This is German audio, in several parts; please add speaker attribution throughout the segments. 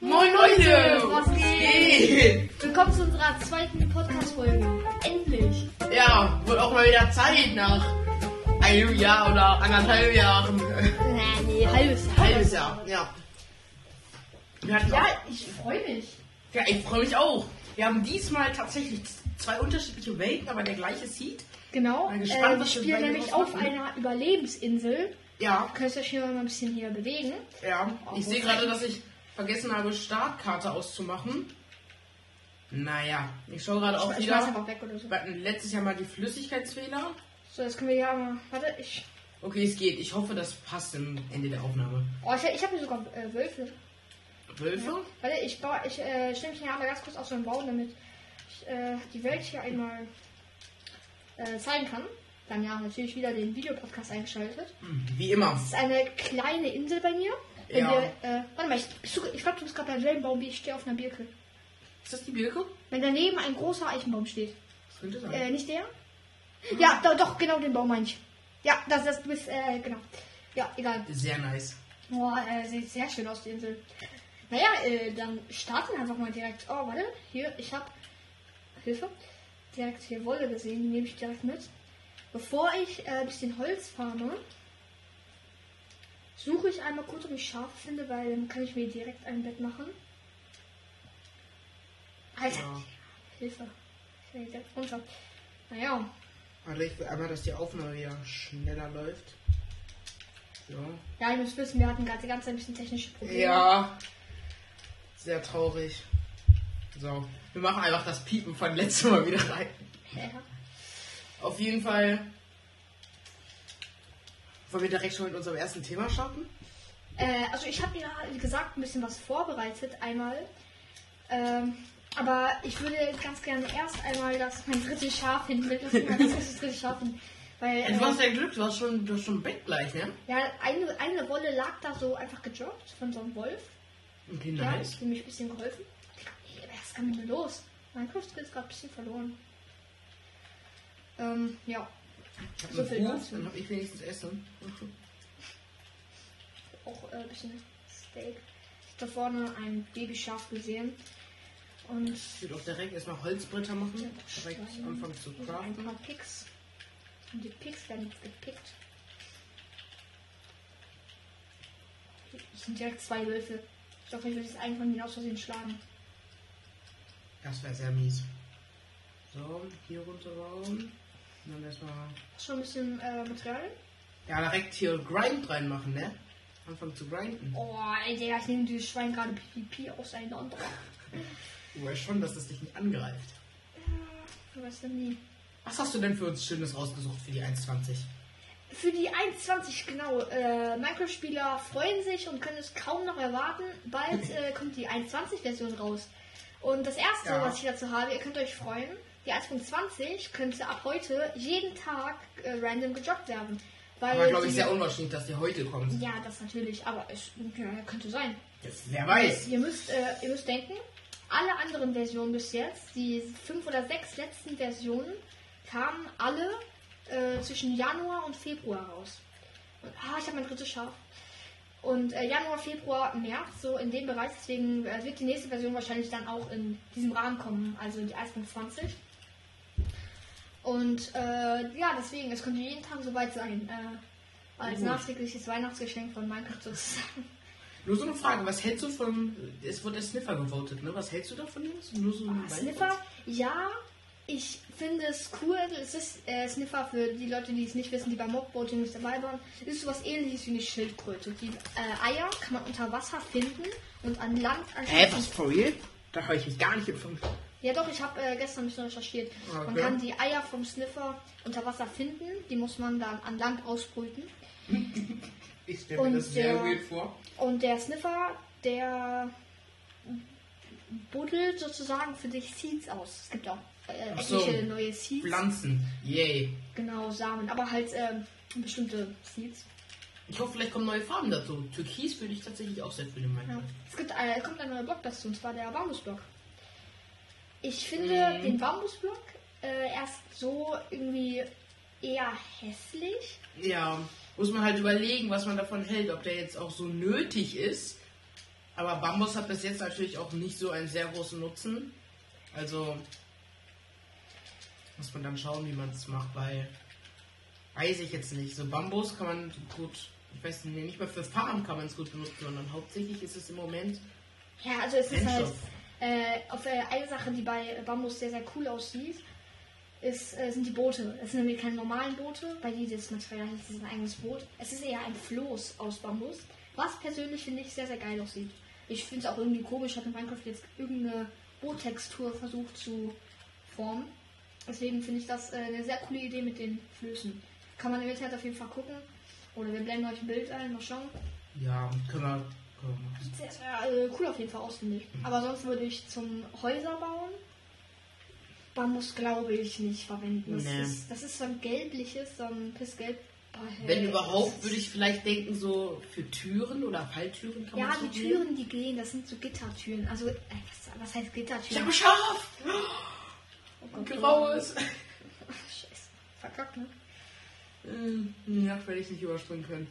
Speaker 1: Moin Leute!
Speaker 2: Was geht? Willkommen zu unserer zweiten Podcast-Folge. Endlich.
Speaker 1: Ja, wird auch mal wieder Zeit nach einem Jahr oder anderthalb Jahren. Äh,
Speaker 2: Nee, nee, halbes Jahr.
Speaker 1: Halbes Jahr, ja. Wir hatten
Speaker 2: Ja,
Speaker 1: auch-
Speaker 2: ich freue mich.
Speaker 1: ja ich freue mich auch. Wir haben diesmal tatsächlich z- zwei unterschiedliche Welten, aber der gleiche Seed.
Speaker 2: Genau.
Speaker 1: Bin gespannt,
Speaker 2: äh, wir
Speaker 1: was wir
Speaker 2: spielen
Speaker 1: beide
Speaker 2: nämlich
Speaker 1: draus
Speaker 2: auf
Speaker 1: machen.
Speaker 2: einer Überlebensinsel.
Speaker 1: Ja,
Speaker 2: Könnt ihr euch hier mal ein bisschen hier bewegen?
Speaker 1: ja. Ich sehe gerade, dass ich vergessen habe, Startkarte auszumachen. Naja, ich schaue gerade auch
Speaker 2: ich schmeiß
Speaker 1: wieder.
Speaker 2: einfach weg oder so.
Speaker 1: Wir hatten letztes Jahr mal die Flüssigkeitsfehler.
Speaker 2: So, das können wir ja mal. Warte, ich.
Speaker 1: Okay, es geht. Ich hoffe, das passt am Ende der Aufnahme.
Speaker 2: Oh, ich, ich habe hier sogar äh, Wölfe.
Speaker 1: Wölfe?
Speaker 2: Warte, ich baue. Ich äh, stelle mich hier einmal ganz kurz auf so einen Baum, damit ich äh, die Welt hier einmal äh, zeigen kann. Dann ja, natürlich wieder den Videopodcast eingeschaltet.
Speaker 1: Hm, Wie immer.
Speaker 2: Das ist eine kleine Insel bei mir. Wenn
Speaker 1: Ja.
Speaker 2: wir, äh, warte mal, ich, ich, suche- ich glaube, du bist gerade beim selben Baum wie ich stehe auf einer Birke.
Speaker 1: Ist das die Birke?
Speaker 2: Wenn daneben ein großer Eichenbaum steht.
Speaker 1: Das könnte sein.
Speaker 2: Äh, nicht der? Ja, doch, doch genau den Baum meine ich. Ja, das, das du bist, äh, genau. Ja, egal.
Speaker 1: Sehr nice.
Speaker 2: Boah, äh, sieht sehr schön aus, die Insel. Naja, äh, dann starten wir einfach mal direkt. Oh, warte, hier, ich habe Hilfe. Direkt hier Wolle gesehen, die nehme ich direkt mit. Bevor ich äh, ein bisschen Holz farme, suche ich einmal kurz, ob ich Schafe finde, weil dann kann ich mir direkt ein Bett machen. Alter,
Speaker 1: Ja.
Speaker 2: Hilfe. Ich bin direkt runter. Naja,
Speaker 1: Warte, ich will einmal, dass die Aufnahme wieder schneller läuft. So.
Speaker 2: ja, ihr müsst wissen, wir hatten gerade die ganze Zeit ein bisschen technische Probleme.
Speaker 1: Ja. Sehr traurig. So. Wir machen einfach das Piepen von letztem Mal wieder rein.
Speaker 2: ja.
Speaker 1: Auf jeden Fall. Wollen wir direkt schon mit unserem ersten Thema starten?
Speaker 2: Äh, also ich habe ja, wie gesagt, ein bisschen was vorbereitet einmal. Ähm, aber ich würde ganz gerne erst einmal das mein drittes Schaf hin. Das ist mein drittes drittes Schaf hin. Weil äh,
Speaker 1: Du hast ja Glück, du hast schon, du hast schon Bett gleich, ne?
Speaker 2: ja, eine, eine Wolle lag da so einfach gedroppt von so einem Wolf.
Speaker 1: Okay,
Speaker 2: Ja,
Speaker 1: nice.
Speaker 2: ich bin mich ein bisschen geholfen. Ey, aber was kann denn los? Minecraft ist gerade ein bisschen verloren. Ähm, ja.
Speaker 1: Ich hab
Speaker 2: So
Speaker 1: einen
Speaker 2: viel
Speaker 1: Kuh,
Speaker 2: dazu.
Speaker 1: dann hab ich wenigstens Essen.
Speaker 2: auch äh, ein bisschen Steak. Ich hab da vorne ein Babyschaf gesehen. Und
Speaker 1: Ich würde auch direkt erstmal Holzbretter machen. Direkt
Speaker 2: Stein.
Speaker 1: anfangen zu
Speaker 2: Und ein
Speaker 1: craften.
Speaker 2: paar Picks. Und die Picks werden jetzt gepickt. Es sind direkt zwei Wölfe. Ich hoffe, ich will jetzt einen von ihnen aus Versehen schlagen.
Speaker 1: Das wäre sehr mies. So, hier runterbauen. Und dann erstmal.
Speaker 2: Schon ein bisschen äh, Material.
Speaker 1: Ja, direkt hier Grind reinmachen, ne? Anfangen zu grinden.
Speaker 2: Oh, ey, Digga, ich nehme dieses Schwein gerade PvP auseinander.
Speaker 1: Du weißt schon, dass das dich nicht angreift.
Speaker 2: Du weißt ja nie.
Speaker 1: Was hast du denn für uns Schönes rausgesucht für die 1,20?
Speaker 2: Für die 21 genau. Äh, Minecraft-Spieler freuen sich und können es kaum noch erwarten. Bald äh, kommt die 21-Version raus. Und das erste,
Speaker 1: Ja.
Speaker 2: was ich dazu habe, ihr könnt euch freuen. Die 1.20 könnte ab heute jeden Tag äh, random gejobbt werden. Weil
Speaker 1: Aber glaube ich
Speaker 2: die-
Speaker 1: sehr unwahrscheinlich, dass die heute kommt.
Speaker 2: ja, das natürlich, aber es ja, könnte sein.
Speaker 1: Jetzt, wer weiß.
Speaker 2: Ihr müsst, äh, ihr müsst denken, alle anderen Versionen bis jetzt, die fünf oder sechs letzten Versionen, kamen alle äh, zwischen Januar und Februar raus. Und, ah, ich habe mein drittes Schaf. Und äh, Januar, Februar, März, so in dem Bereich. Deswegen äh, wird die nächste Version wahrscheinlich dann auch in diesem Rahmen kommen, also die 1.20. Und äh, ja, deswegen, es könnte jeden Tag soweit sein. Äh, als
Speaker 1: Gut.
Speaker 2: nachträgliches Weihnachtsgeschenk von Minecraft sozusagen.
Speaker 1: Nur so eine Frage, was hältst du von. Es wurde der Sniffer gewotet, ne? Was hältst du davon jetzt? Nur so
Speaker 2: Ah, Sniffer, ja, ich finde es cool. Es ist äh, Sniffer für die Leute, die es nicht wissen, die beim Mockboating nicht dabei waren. Ist sowas ähnliches wie eine Schildkröte. Die äh, Eier kann man unter Wasser finden und an Land
Speaker 1: Hä, was for real? Da habe ich mich gar nicht informiert.
Speaker 2: Ja, doch, ich habe äh, gestern ein bisschen recherchiert. Man
Speaker 1: Okay.
Speaker 2: kann die Eier vom Sniffer unter Wasser finden. Die muss man dann an Land ausbrüten.
Speaker 1: Ich stelle mir
Speaker 2: Und
Speaker 1: das sehr
Speaker 2: der-
Speaker 1: weird vor.
Speaker 2: Und der Sniffer, der buddelt sozusagen für dich Seeds aus. Es gibt auch äh,
Speaker 1: Ach so.
Speaker 2: etliche neue Seeds.
Speaker 1: Pflanzen. Yay.
Speaker 2: Genau, Samen, aber halt ähm, bestimmte Seeds.
Speaker 1: Ich hoffe, vielleicht kommen neue Farben dazu. Türkis würde ich tatsächlich auch sehr für den
Speaker 2: Ja.
Speaker 1: Minecraft.
Speaker 2: Es gibt, äh, kommt ein neuer Block dazu, und zwar der Bambusblock. Ich finde den Bambusblock äh, erst so irgendwie eher hässlich.
Speaker 1: Ja, muss man halt überlegen, was man davon hält, ob der jetzt auch so nötig ist Aber Bambus hat bis jetzt natürlich auch nicht so einen sehr großen Nutzen. Also muss man dann schauen, wie man es macht, weil weiß ich jetzt nicht. So Bambus kann man gut, ich weiß nicht, nicht mal für Farm kann man es gut benutzen, sondern hauptsächlich ist es im Moment
Speaker 2: Ja, also es ist halt.
Speaker 1: Brennstoff.
Speaker 2: Äh, auf äh, eine Sache, die bei Bambus sehr, sehr cool aussieht, ist, äh, sind die Boote. Es sind nämlich keine normalen Boote, bei denen das Material nicht ist ein eigenes Boot. Es ist eher ein Floß aus Bambus, was persönlich finde ich sehr, sehr geil aussieht. Ich finde es auch irgendwie komisch, ich habe in Minecraft jetzt irgendeine Boottextur versucht zu formen. Deswegen finde ich das äh, eine sehr coole Idee mit den Flößen. Kann man im Internet auf jeden Fall gucken. Oder wir blenden euch ein Bild ein, mal schauen.
Speaker 1: ja, können wir, können wir machen.
Speaker 2: Sehr, sehr äh, cool auf jeden Fall aus, finde ich. Aber sonst würde ich zum Häuser bauen. Bambus glaube ich nicht verwenden. Das,
Speaker 1: Nee.
Speaker 2: ist, das ist so ein gelbliches, so ein pissgelb. Boah, hey,
Speaker 1: Wenn
Speaker 2: das
Speaker 1: überhaupt,
Speaker 2: ist-
Speaker 1: würde ich vielleicht denken, so für Türen oder Falltüren kann
Speaker 2: Ja,
Speaker 1: man so
Speaker 2: die Türen, die gehen, das sind so Gittertüren. Also, äh, was, was heißt
Speaker 1: Ich
Speaker 2: Gittertüren?
Speaker 1: habe scharf!
Speaker 2: Oh Gott,
Speaker 1: Graues!
Speaker 2: Scheiße. Verkackt, ne?
Speaker 1: Äh, Ja, werde ich nicht überspringen können.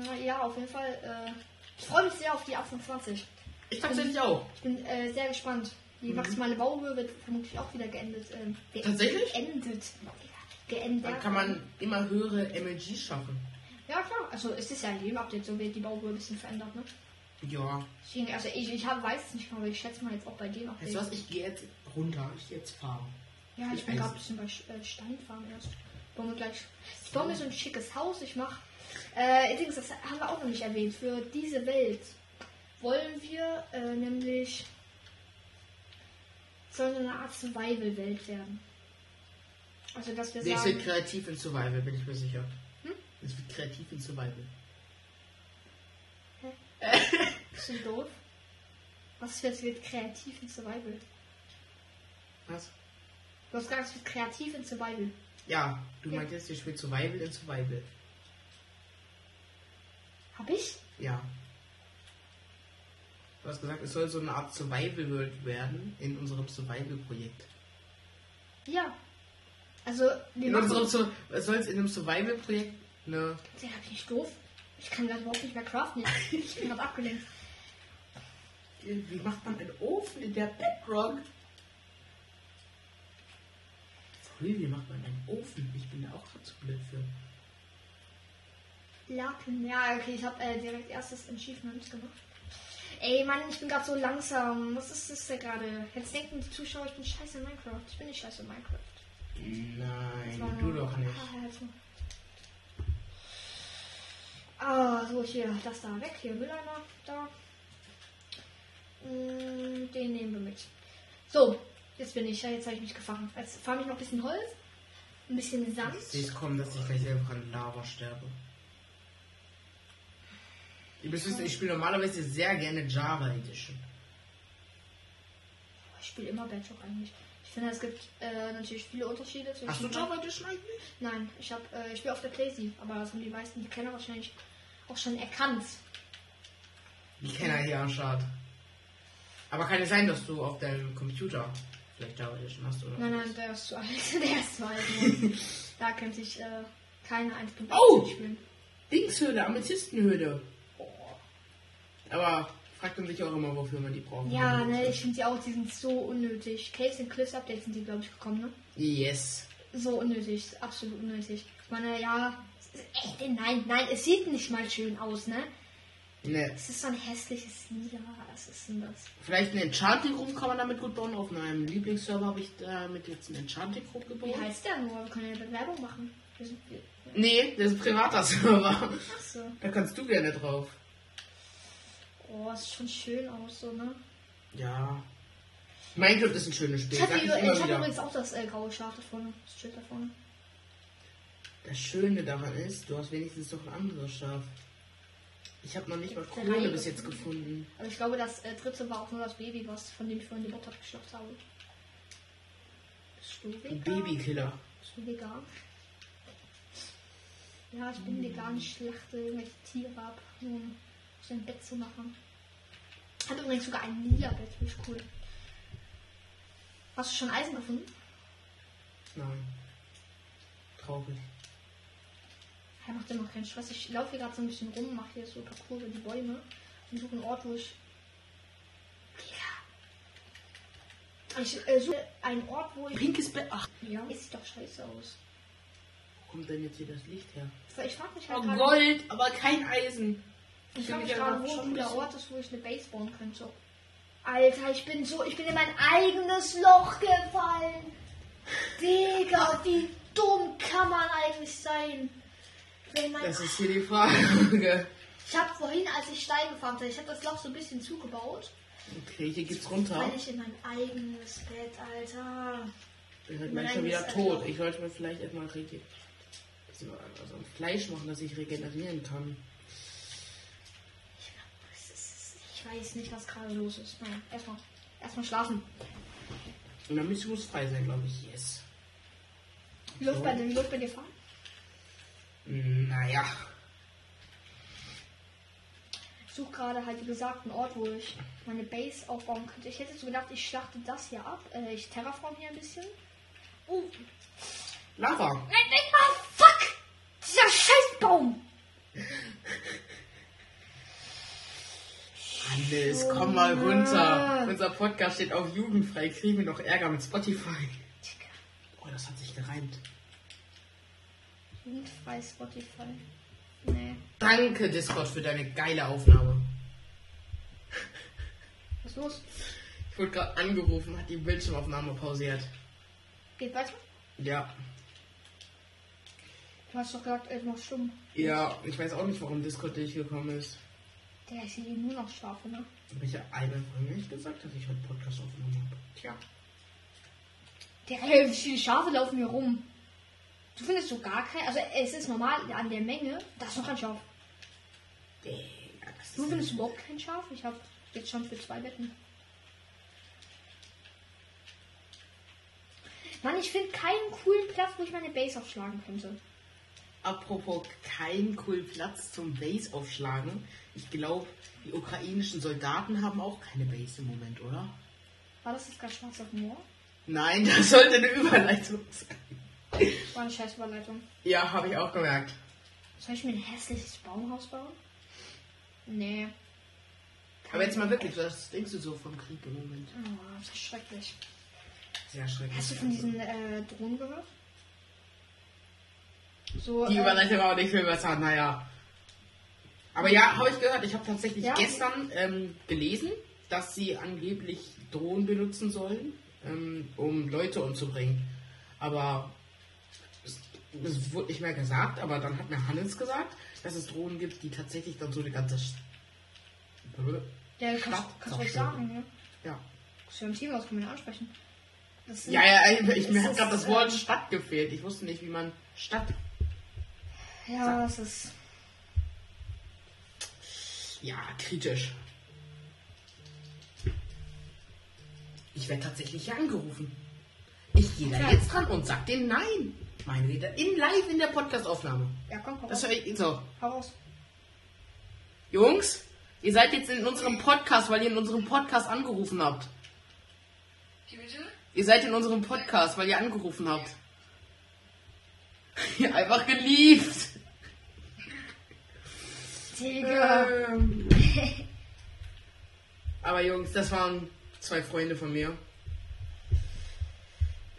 Speaker 2: Mm, ja, auf jeden Fall. Äh, ich freue mich sehr auf die 28.
Speaker 1: Ich tatsächlich auch.
Speaker 2: Ich bin äh, sehr gespannt. Die
Speaker 1: Mhm.
Speaker 2: maximale Bauhöhe wird vermutlich auch wieder geendet. Ähm, ge-
Speaker 1: Tatsächlich?
Speaker 2: Geendet. Geändert.
Speaker 1: Dann kann man immer höhere MLG schaffen.
Speaker 2: Ja, klar. Also, es ist ja in jedem Update so, wird die Bauhöhe ein bisschen verändert, ne?
Speaker 1: Ja.
Speaker 2: Deswegen, also, ich, ich hab, weiß es nicht mehr, aber ich schätze mal jetzt auch bei dem Update.
Speaker 1: Weißt du was? Ich gehe jetzt runter. Ich gehe jetzt fahren.
Speaker 2: Ja, ich
Speaker 1: Ich
Speaker 2: bin
Speaker 1: weiß
Speaker 2: gerade ein
Speaker 1: es.
Speaker 2: bisschen bei Sch- äh, Steinfarm erst. Wollen wir gleich. Ich baue mir so ein schickes Haus. Ich mache. Äh, übrigens, das haben wir auch noch nicht erwähnt. Für diese Welt wollen wir äh, nämlich. Soll so eine Art Survival-Welt werden. Also, dass wir
Speaker 1: Nee, es wird
Speaker 2: sagen.
Speaker 1: kreativ in Survival, bin ich mir sicher.
Speaker 2: Hm?
Speaker 1: Es wird kreativ in Survival.
Speaker 2: Bisschen doof. Was für es wird kreativ in Survival?
Speaker 1: Was?
Speaker 2: Du hast gesagt, es wird kreativ in Survival.
Speaker 1: Ja, du
Speaker 2: Ja.
Speaker 1: meintest, ihr spielt Survival in Survival.
Speaker 2: Hab ich?
Speaker 1: Ja. Du hast gesagt, es soll so eine Art Survival World werden in unserem Survival-Projekt.
Speaker 2: Ja. Also, wir
Speaker 1: In unserem Sur es soll es in einem Survival-Projekt eine
Speaker 2: Digga, bin ich doof? Ich kann gerade überhaupt nicht mehr craften. Ich bin gerade abgelenkt.
Speaker 1: Wie macht man einen Ofen in der Bedrock? Früh, wie macht man einen Ofen? Ich bin da auch gerade zu blöd für.
Speaker 2: Laken. Ja, okay, ich habe äh, direkt erstes Achievement gemacht. Ey, Mann, ich bin gerade so langsam. Was ist das denn gerade? Jetzt denken die Zuschauer, ich bin scheiße in Minecraft. Ich bin nicht scheiße in Minecraft. Das war
Speaker 1: Nein, du
Speaker 2: nur-
Speaker 1: doch nicht.
Speaker 2: Ah, also. Ah, so, hier, das da weg. Hier, Mülleimer, da. Mm, den nehmen wir mit. So, jetzt bin ich, ja, jetzt habe ich mich gefangen. Jetzt farm ich noch ein bisschen Holz, ein bisschen Sand.
Speaker 1: Ich sehe es kommen, dass ich gleich selber an Lava sterbe. Ihr müsst wissen, ich spiele normalerweise sehr gerne Java Edition.
Speaker 2: Ich spiele immer Bedrock eigentlich. Ich finde, es gibt äh, natürlich viele Unterschiede zwischen.
Speaker 1: Hast du
Speaker 2: Minecraft-
Speaker 1: Java Edition eigentlich?
Speaker 2: Nein, ich habe, äh, ich spiele auf der Playsee, aber das haben die meisten, die Kenner wahrscheinlich auch schon erkannt.
Speaker 1: Ich kenne ja am Start. Aber kann es sein, dass du auf deinem Computer vielleicht Java Edition hast, oder?
Speaker 2: Nein, nein, der ist zu alt. Der ist zu alt. da könnte ich äh, keine 1.8
Speaker 1: Oh!
Speaker 2: spielen.
Speaker 1: Dingshöhle, Amethystenhöhle. Aber fragt man sich auch immer, wofür man die braucht.
Speaker 2: Ja, ne, ich finde die auch, die sind so unnötig. Case and Cliffs Updates sind die, glaube ich, gekommen, ne?
Speaker 1: Yes.
Speaker 2: So unnötig, absolut unnötig. Ich meine, ja, es ist echt, nein, nein, es sieht nicht mal schön aus, ne?
Speaker 1: Ne,
Speaker 2: Es ist so ein hässliches Nieder, was ist denn das?
Speaker 1: vielleicht einen Enchanting Room kann man damit gut bauen. Auf meinem Lieblingsserver habe ich damit jetzt einen Enchanting Room
Speaker 2: Wie
Speaker 1: gebaut.
Speaker 2: heißt der nur? Wir können ja Werbung machen. Wir sind, wir,
Speaker 1: Nee, das ist ein privater Server.
Speaker 2: ach so.
Speaker 1: Da kannst du gerne drauf.
Speaker 2: Oh, es sieht schon schön aus, so, ne?
Speaker 1: Ja. Minecraft ist ein schönes Spiel.
Speaker 2: Ich habe
Speaker 1: sag ich immer
Speaker 2: hab
Speaker 1: wieder.
Speaker 2: übrigens auch das äh, graue Schaf da vorne, das Schild da vorne.
Speaker 1: Das Schöne daran ist, du hast wenigstens noch ein anderes Schaf. Ich habe noch nicht mal
Speaker 2: Drei
Speaker 1: Kohle bis
Speaker 2: gefunden.
Speaker 1: jetzt gefunden.
Speaker 2: Aber ich glaube, das äh, dritte war auch nur das Baby, was von dem ich vorhin die Mutter geschluckt habe. Bist du
Speaker 1: Ein
Speaker 2: vegan?
Speaker 1: Babykiller.
Speaker 2: Bist du vegan? Ja, ich bin vegan, ich schlachte irgendwelche Tiere ab, um so ein Bett zu machen. Hat übrigens sogar ein Lila-Bett, finde ich cool. Hast du schon Eisen gefunden?
Speaker 1: Nein. Traurig.
Speaker 2: Ja, mach dir noch keinen Stress. Ich laufe hier gerade so ein bisschen rum, mache hier so Parcours über die Bäume. Ich suche einen Ort, wo ich. Ja. Ich äh, suche einen Ort, wo ich.
Speaker 1: Pinkes Bett. Ach,
Speaker 2: Ja, es sieht doch scheiße aus.
Speaker 1: wo kommt denn jetzt hier das Licht her?
Speaker 2: Ich frag mich halt
Speaker 1: Oh,
Speaker 2: gerade-
Speaker 1: Gold, aber kein Eisen.
Speaker 2: Ich frage mich
Speaker 1: Ja,
Speaker 2: gerade, wo
Speaker 1: schon
Speaker 2: ein
Speaker 1: ein
Speaker 2: guter
Speaker 1: bisschen.
Speaker 2: Ort ist, wo ich eine Base bauen könnte. Alter, ich bin so, ich bin in mein eigenes Loch gefallen. Digga, wie dumm kann man eigentlich sein? Wenn man-
Speaker 1: Das ist hier die Frage.
Speaker 2: ich habe vorhin, als ich Stein gefarmt habe, ich habe das Loch so ein bisschen zugebaut.
Speaker 1: Okay, hier geht's runter.
Speaker 2: Weil ich in mein eigenes Bett, Alter.
Speaker 1: Bin halt gleich schon wieder tot. Ich sollte mir vielleicht erstmal rege- bisschen also ein Fleisch machen, dass ich regenerieren kann.
Speaker 2: Es ist- Ich weiß nicht, was gerade los ist. Nein, erstmal, erstmal schlafen.
Speaker 1: Und dann müsste es frei sein, glaube ich. Yes.
Speaker 2: Wie läuft
Speaker 1: So.
Speaker 2: bei, wie läuft bei dir fahren?
Speaker 1: Naja.
Speaker 2: Ich suche gerade halt, wie gesagt, einen Ort, wo ich meine Base aufbauen könnte. Ich hätte so gedacht, ich schlachte das hier ab. Äh, ich terraform hier ein bisschen. Oh, nein,
Speaker 1: Lava.
Speaker 2: nein, ah, fuck! Dieser Scheißbaum!
Speaker 1: Hannes, komm mal runter. Unser Podcast steht auf jugendfrei. Kriegen wir noch Ärger mit Spotify.
Speaker 2: Digga,
Speaker 1: Oh, das hat sich gereimt.
Speaker 2: Jugendfrei Spotify. Nee.
Speaker 1: Danke, Discord, für deine geile Aufnahme.
Speaker 2: Was ist los?
Speaker 1: Ich wurde gerade angerufen, hat die Bildschirmaufnahme pausiert.
Speaker 2: Geht weiter?
Speaker 1: Ja.
Speaker 2: Du hast doch gesagt, es macht stumm.
Speaker 1: Ja, ich weiß auch nicht, warum Discord durchgekommen ist.
Speaker 2: Der ist hier nur noch scharf, ne?
Speaker 1: Welche Eibe vorhin nicht gesagt, dass ich heute Podcast aufgenommen habe. Tja.
Speaker 2: Der äh, wie viele Schafe laufen hier rum. Du findest so gar kein. Also es ist normal an der Menge. Da ist noch ein Schaf.
Speaker 1: Digga, das
Speaker 2: Du
Speaker 1: ist
Speaker 2: findest überhaupt kein Schaf? Ich habe jetzt schon für zwei Betten. Mann, ich finde keinen coolen Platz, wo ich meine Base aufschlagen könnte.
Speaker 1: Apropos kein cool Platz zum Base aufschlagen. Ich glaube, die ukrainischen Soldaten haben auch keine Base im Moment, oder?
Speaker 2: War das jetzt gerade schwarz auf dem Moor?
Speaker 1: Nein, das sollte eine Überleitung sein.
Speaker 2: War eine scheiß Überleitung.
Speaker 1: Ja, habe ich auch gemerkt.
Speaker 2: Soll ich mir ein hässliches Baumhaus bauen? Nee.
Speaker 1: Aber jetzt mal wirklich, was denkst du so vom Krieg im Moment?
Speaker 2: Oh, das ist schrecklich.
Speaker 1: Sehr schrecklich.
Speaker 2: Hast du von diesen äh, Drohnen gehört? So,
Speaker 1: Die
Speaker 2: äh,
Speaker 1: Überleitung war auch nicht viel besser, naja. Aber ja, habe ich gehört. Ich habe tatsächlich
Speaker 2: Ja.
Speaker 1: gestern ähm, gelesen, dass sie angeblich Drohnen benutzen sollen, ähm, um Leute umzubringen. Aber es, es wurde nicht mehr gesagt, aber dann hat mir Hannes gesagt, dass es Drohnen gibt, die tatsächlich dann so eine ganze. Sch
Speaker 2: ja, kannst,
Speaker 1: Schnapp-
Speaker 2: kannst du euch
Speaker 1: Schnapp-
Speaker 2: sagen, ne?
Speaker 1: ja.
Speaker 2: Kannst du im Team aus, können wir ihn ansprechen. Das sind-
Speaker 1: ja, ja, ich, ich, mir
Speaker 2: Es
Speaker 1: hat gerade
Speaker 2: ist,
Speaker 1: das Wort
Speaker 2: ähm,
Speaker 1: Stadt gefehlt. Ich wusste nicht, wie man Stadt.
Speaker 2: Ja, das ist.
Speaker 1: Ja, kritisch. Ich werde tatsächlich hier angerufen. Ich gehe da
Speaker 2: Ja.
Speaker 1: jetzt dran und sag dem Nein. Meine Rede in live in der Podcast-Aufnahme.
Speaker 2: Ja, komm, hau
Speaker 1: Das
Speaker 2: raus.
Speaker 1: höre ich so.
Speaker 2: Hau raus.
Speaker 1: Jungs, ihr seid jetzt in unserem Podcast, weil ihr in unserem Podcast angerufen habt.
Speaker 3: Wie bitte?
Speaker 1: Ihr seid in unserem Podcast, weil ihr angerufen habt. Ihr einfach geliebt.
Speaker 2: Digga.
Speaker 1: Ähm. Aber Jungs, das waren zwei Freunde von mir.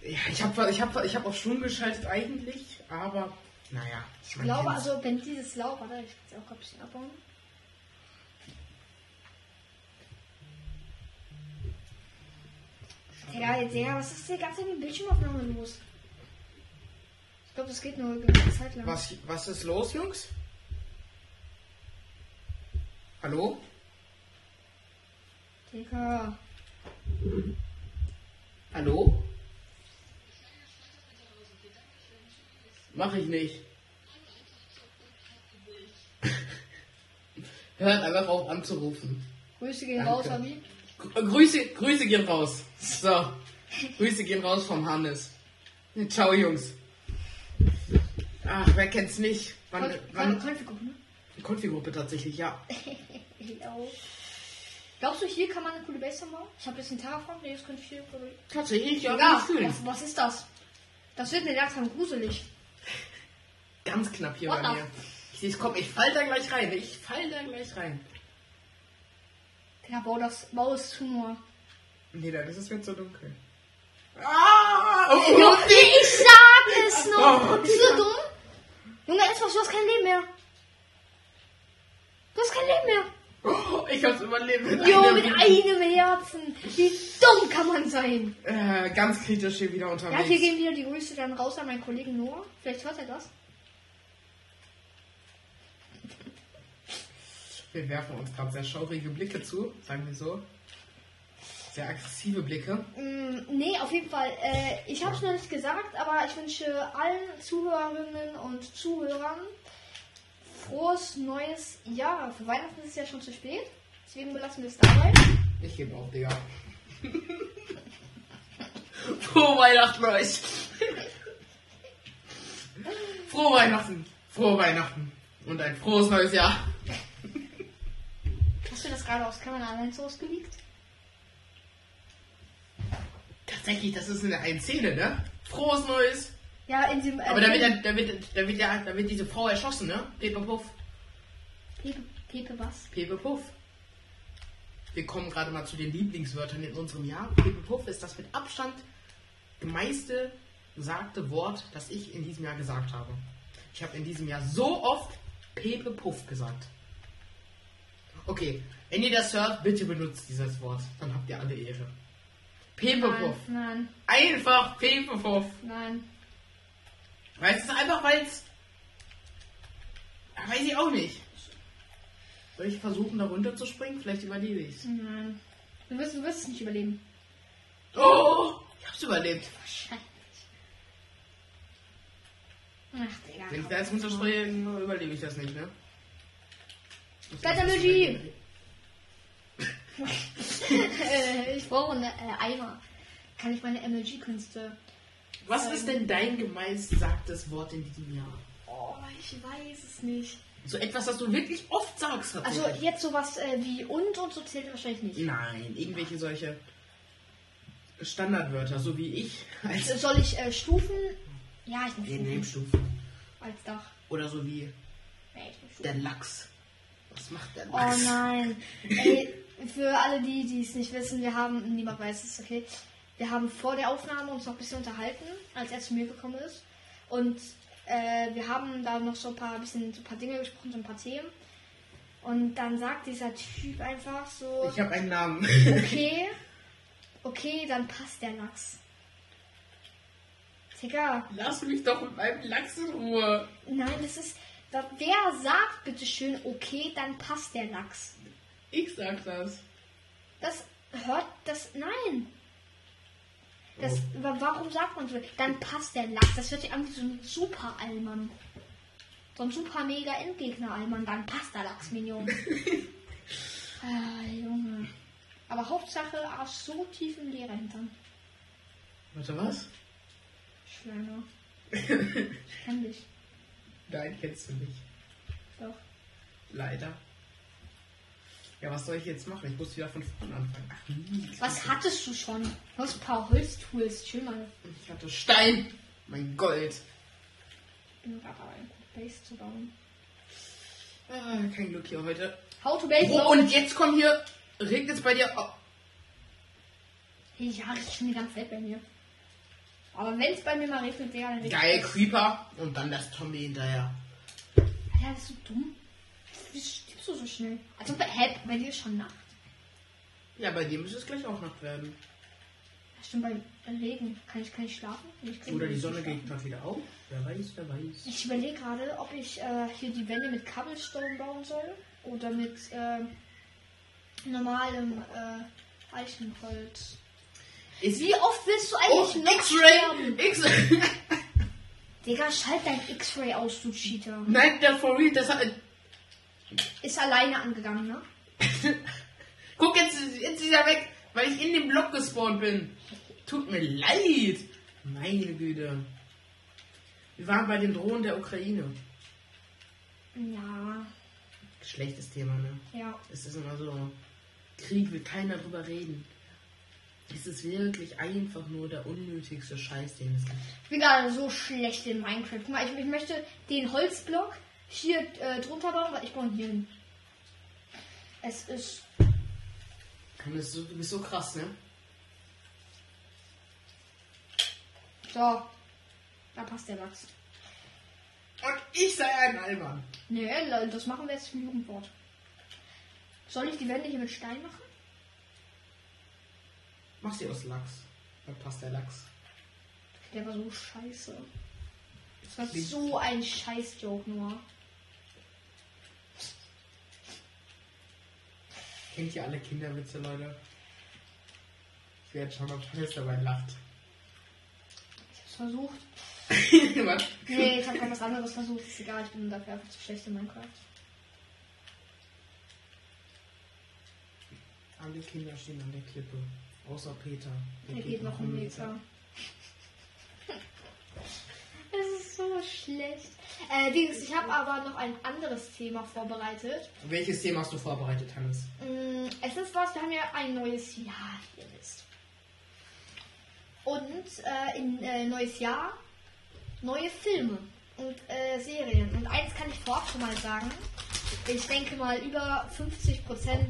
Speaker 1: Ja, ich habe ich hab, ich hab auch schon geschaltet eigentlich, aber naja.
Speaker 2: Ich glaube, also, wenn dieses Laub, warte, ich kann es auch grad ein bisschen abbauen. Digga, jetzt, Digga, was ist hier ganz in der Bildschirmaufnahme los? Ich glaube, das geht nur eine gewisse Zeit lang.
Speaker 1: Was, was ist los, Jungs? Hallo?
Speaker 2: Digga.
Speaker 1: Hallo? Mach ich nicht. Hört einfach auf anzurufen.
Speaker 2: Grüße gehen
Speaker 1: Danke.
Speaker 2: raus, Abi.
Speaker 1: Gr- Grüße, Grüße gehen raus. So. Grüße gehen raus vom Hannes. Ciao, Jungs. Ach, wer kennt's nicht? Wann,
Speaker 2: Kann
Speaker 1: wann,
Speaker 2: Konfi gucken, ne?
Speaker 1: Konfigruppe tatsächlich, ja.
Speaker 2: Yo. Glaubst du, hier kann man eine coole Base bauen? Ich habe jetzt einen Terraform, nee, das könnte ich hier.
Speaker 1: Tatsächlich, ja, kann
Speaker 2: Egal,
Speaker 1: ich fühlen.
Speaker 2: was, was ist das? Das wird mir langsam gruselig.
Speaker 1: Ganz knapp hier
Speaker 2: What
Speaker 1: bei
Speaker 2: the-
Speaker 1: mir. Ich, ich komm, ich fall da gleich rein. Ich fall da gleich rein.
Speaker 2: Ja, bau das, bau es zu nur.
Speaker 1: Nee, dann ist es jetzt so dunkel. Ah! Oh, oh,
Speaker 2: Junge, ich sag es
Speaker 1: Oh.
Speaker 2: noch. Bist du dumm? Junge, Xbox, du hast kein Leben mehr. Du hast kein Leben mehr.
Speaker 1: oh, ich hab's überlebt. Mit
Speaker 2: Jo,
Speaker 1: einem-
Speaker 2: mit einem Herzen. Wie dumm kann man sein?
Speaker 1: äh, ganz kritisch hier wieder
Speaker 2: Ja, hier
Speaker 1: unterwegs.
Speaker 2: gehen wieder die Grüße dann raus an meinen Kollegen Noah. Vielleicht hört er das.
Speaker 1: wir werfen uns gerade sehr schaurige Blicke zu, sagen wir so. Sehr aggressive Blicke.
Speaker 2: Mm, nee, auf jeden Fall. Äh, ich habe es noch nicht gesagt, aber ich wünsche allen Zuhörerinnen und Zuhörern frohes neues Jahr. Für Weihnachten ist es ja schon zu spät. Deswegen belassen wir es dabei.
Speaker 1: Ich gebe auch, Digga. Frohe Weihnachten euch. Frohe Weihnachten. Frohe Weihnachten. Und ein frohes neues Jahr.
Speaker 2: Hast du das gerade aus Kamera allein rausgelegt?
Speaker 1: Tatsächlich, das ist in der einen Szene, ne? Frohes neues.
Speaker 2: Ja, in dem. Äh,
Speaker 1: Aber da wird, ja- da wird, da wird, ja, da wird diese Frau erschossen, ne? Pepe Puff.
Speaker 2: Pepe, Pepe was?
Speaker 1: Pepe Puff. Wir kommen gerade mal zu den Lieblingswörtern in unserem Jahr. Pepe Puff ist das mit Abstand gemeiste gesagte Wort, das ich in diesem Jahr gesagt habe. Ich habe in diesem Jahr so oft Pepe Puff gesagt. Okay, wenn ihr das hört, bitte benutzt dieses Wort. Dann habt ihr alle Ehre. Pepe Puff.
Speaker 2: Nein, nein,
Speaker 1: Einfach Pepe Puff.
Speaker 2: nein.
Speaker 1: Weil es ist einfach, weil es. Ja, Weiß ich auch nicht. Soll ich versuchen, da runterzuspringen? Vielleicht überlebe ich's.
Speaker 2: Nein. Du wirst, du wirst es nicht überleben.
Speaker 1: Oh! Ich hab's überlebt.
Speaker 2: Wahrscheinlich. Ach, Digga.
Speaker 1: Wenn ich da jetzt runterspringe, überlebe ich das nicht, ne? Ich
Speaker 2: Bleib
Speaker 1: lass
Speaker 2: der
Speaker 1: das
Speaker 2: Regie.
Speaker 1: überleben.
Speaker 2: Äh, ich brauche eine äh, Eimer. Kann ich meine MLG-Künste.
Speaker 1: Was ist denn dein gemeinsgesagtes Wort in diesem Jahr?
Speaker 2: Oh, ich weiß es nicht.
Speaker 1: So etwas, das du wirklich oft sagst.
Speaker 2: Also
Speaker 1: tatsächlich.
Speaker 2: jetzt sowas äh, wie und und so zählt wahrscheinlich nicht.
Speaker 1: Nein, irgendwelche solche Standardwörter, so wie ich.
Speaker 2: Also
Speaker 1: Als
Speaker 2: soll ich äh, Stufen? Ja, ich nehme
Speaker 1: Wir
Speaker 2: Stufen.
Speaker 1: nehmen Stufen.
Speaker 2: Als Dach.
Speaker 1: Oder so wie
Speaker 2: Nee, ich nehm Stufen.
Speaker 1: der Lachs. Was macht der
Speaker 2: Oh
Speaker 1: Lachs?
Speaker 2: nein. Ey, für alle die, die es nicht wissen, wir haben, niemand weiß es, okay. Wir haben vor der Aufnahme uns noch ein bisschen unterhalten, als er zu mir gekommen ist. Und äh, wir haben da noch so ein paar bisschen so ein paar Dinge gesprochen, so ein paar Themen. Und dann sagt dieser Typ einfach so,
Speaker 1: Ich habe einen Namen.
Speaker 2: okay, okay, dann passt der Lachs. Digga,
Speaker 1: Lass mich doch mit meinem Lachs in Ruhe.
Speaker 2: nein, das ist. da- Wer sagt bitte schön, okay, dann passt der Lachs?
Speaker 1: Ich sag das.
Speaker 2: Das hört das. Nein! Das, wa- Warum sagt man so? Dann passt der Lachs. Das hört sich an wie so ein super Allmann. So ein super mega Endgegner Allmann. Dann passt der Lachs, Minion. ah, Junge. Aber Hauptsache Arsch so tief im Leere hintern.
Speaker 1: Warte, was?
Speaker 2: Schwöre. Ich kenn dich.
Speaker 1: Nein, kennst du nicht.
Speaker 2: Doch.
Speaker 1: Leider. Ja, was soll ich jetzt machen? Ich muss wieder von vorne anfangen. Ach, nie.
Speaker 2: Was hattest du schon? Du hast ein paar Holztools. Chill mal.
Speaker 1: Ich hatte Stein. Mein Gold.
Speaker 2: Ich bin gerade dabei, ein Base zu bauen.
Speaker 1: Ah, kein Glück hier heute.
Speaker 2: How to Base
Speaker 1: Oh, und jetzt komm hier. Regnet es bei dir? Oh,
Speaker 2: Hey, ja, das ist schon die ganze Welt bei mir. Aber wenn es bei mir mal regnet, Digga, dann regnet
Speaker 1: geil,
Speaker 2: es.
Speaker 1: Creeper. Und dann das Tommy hinterher.
Speaker 2: Ja, bist du dumm? Wie stirbst du so schnell? Also, bei, hä, bei dir ist schon Nacht.
Speaker 1: Ja, bei dir müsste es gleich auch Nacht werden.
Speaker 2: Ja, Stimmt, bei bei Regen kann ich, kann ich schlafen. Ich kann
Speaker 1: Oder die
Speaker 2: nicht
Speaker 1: Sonne
Speaker 2: schlafen.
Speaker 1: geht gerade wieder auf. Wer weiß, wer weiß.
Speaker 2: Ich überlege gerade, ob ich äh, hier die Wände mit Kabelstone bauen soll oder mit ähm, normalem äh, Eichenholz.
Speaker 1: Ist
Speaker 2: Wie oft willst du
Speaker 1: Oh,
Speaker 2: eigentlich noch sterben?
Speaker 1: X-Ray! X-Ray!
Speaker 2: Digga, schalt dein X-Ray aus, du Cheater.
Speaker 1: Nein, der for real, das hat.
Speaker 2: Ist alleine angegangen, ne?
Speaker 1: Guck, jetzt, jetzt ist er weg, weil ich in dem Block gespawnt bin. Tut mir leid. Meine Güte. Wir waren bei den Drohnen der Ukraine.
Speaker 2: Ja,
Speaker 1: Schlechtes Thema, ne?
Speaker 2: ja.
Speaker 1: Es ist immer so, Krieg will keiner drüber reden. Es ist wirklich einfach nur der unnötigste Scheiß, den es gibt.
Speaker 2: Ich bin gerade so schlecht in Minecraft. Guck mal, ich, ich möchte den Holzblock hier äh, drunter bauen, weil ich baue hier hin. Es ist
Speaker 1: Kann das so, du bist so krass, ne?
Speaker 2: So. Da passt der Wachs.
Speaker 1: Und ich sei ein Albern.
Speaker 2: Nee, lol, das machen wir jetzt zum Jugendwort. Soll ich die Wände hier mit Stein machen?
Speaker 1: Mach sie aus Lachs. Da passt der Lachs.
Speaker 2: Der war so scheiße. Das war so ein Scheiß-Joke nur.
Speaker 1: Kennt ihr alle Kinderwitze, Leute? Ich werde schauen, ob Hannes dabei lacht.
Speaker 2: Ich hab's versucht.
Speaker 1: Was?
Speaker 2: Nee, ich hab noch was anderes versucht. Ist egal, ich bin dafür einfach zu schlecht in Minecraft.
Speaker 1: Alle Kinder stehen an der Klippe. Außer Peter.
Speaker 2: Der geht noch
Speaker 1: um
Speaker 2: um einen Meter. Das ist so schlecht. Äh, Dings, ich habe aber noch ein anderes Thema vorbereitet.
Speaker 1: Welches Thema hast du vorbereitet, Hannes?
Speaker 2: Mm, Es ist was, wir haben ja ein neues Jahr hier wisst. Und äh, in äh, neues Jahr neue Filme und äh, Serien. Und eins kann ich vorab schon mal sagen. Ich denke mal über 50 Prozent.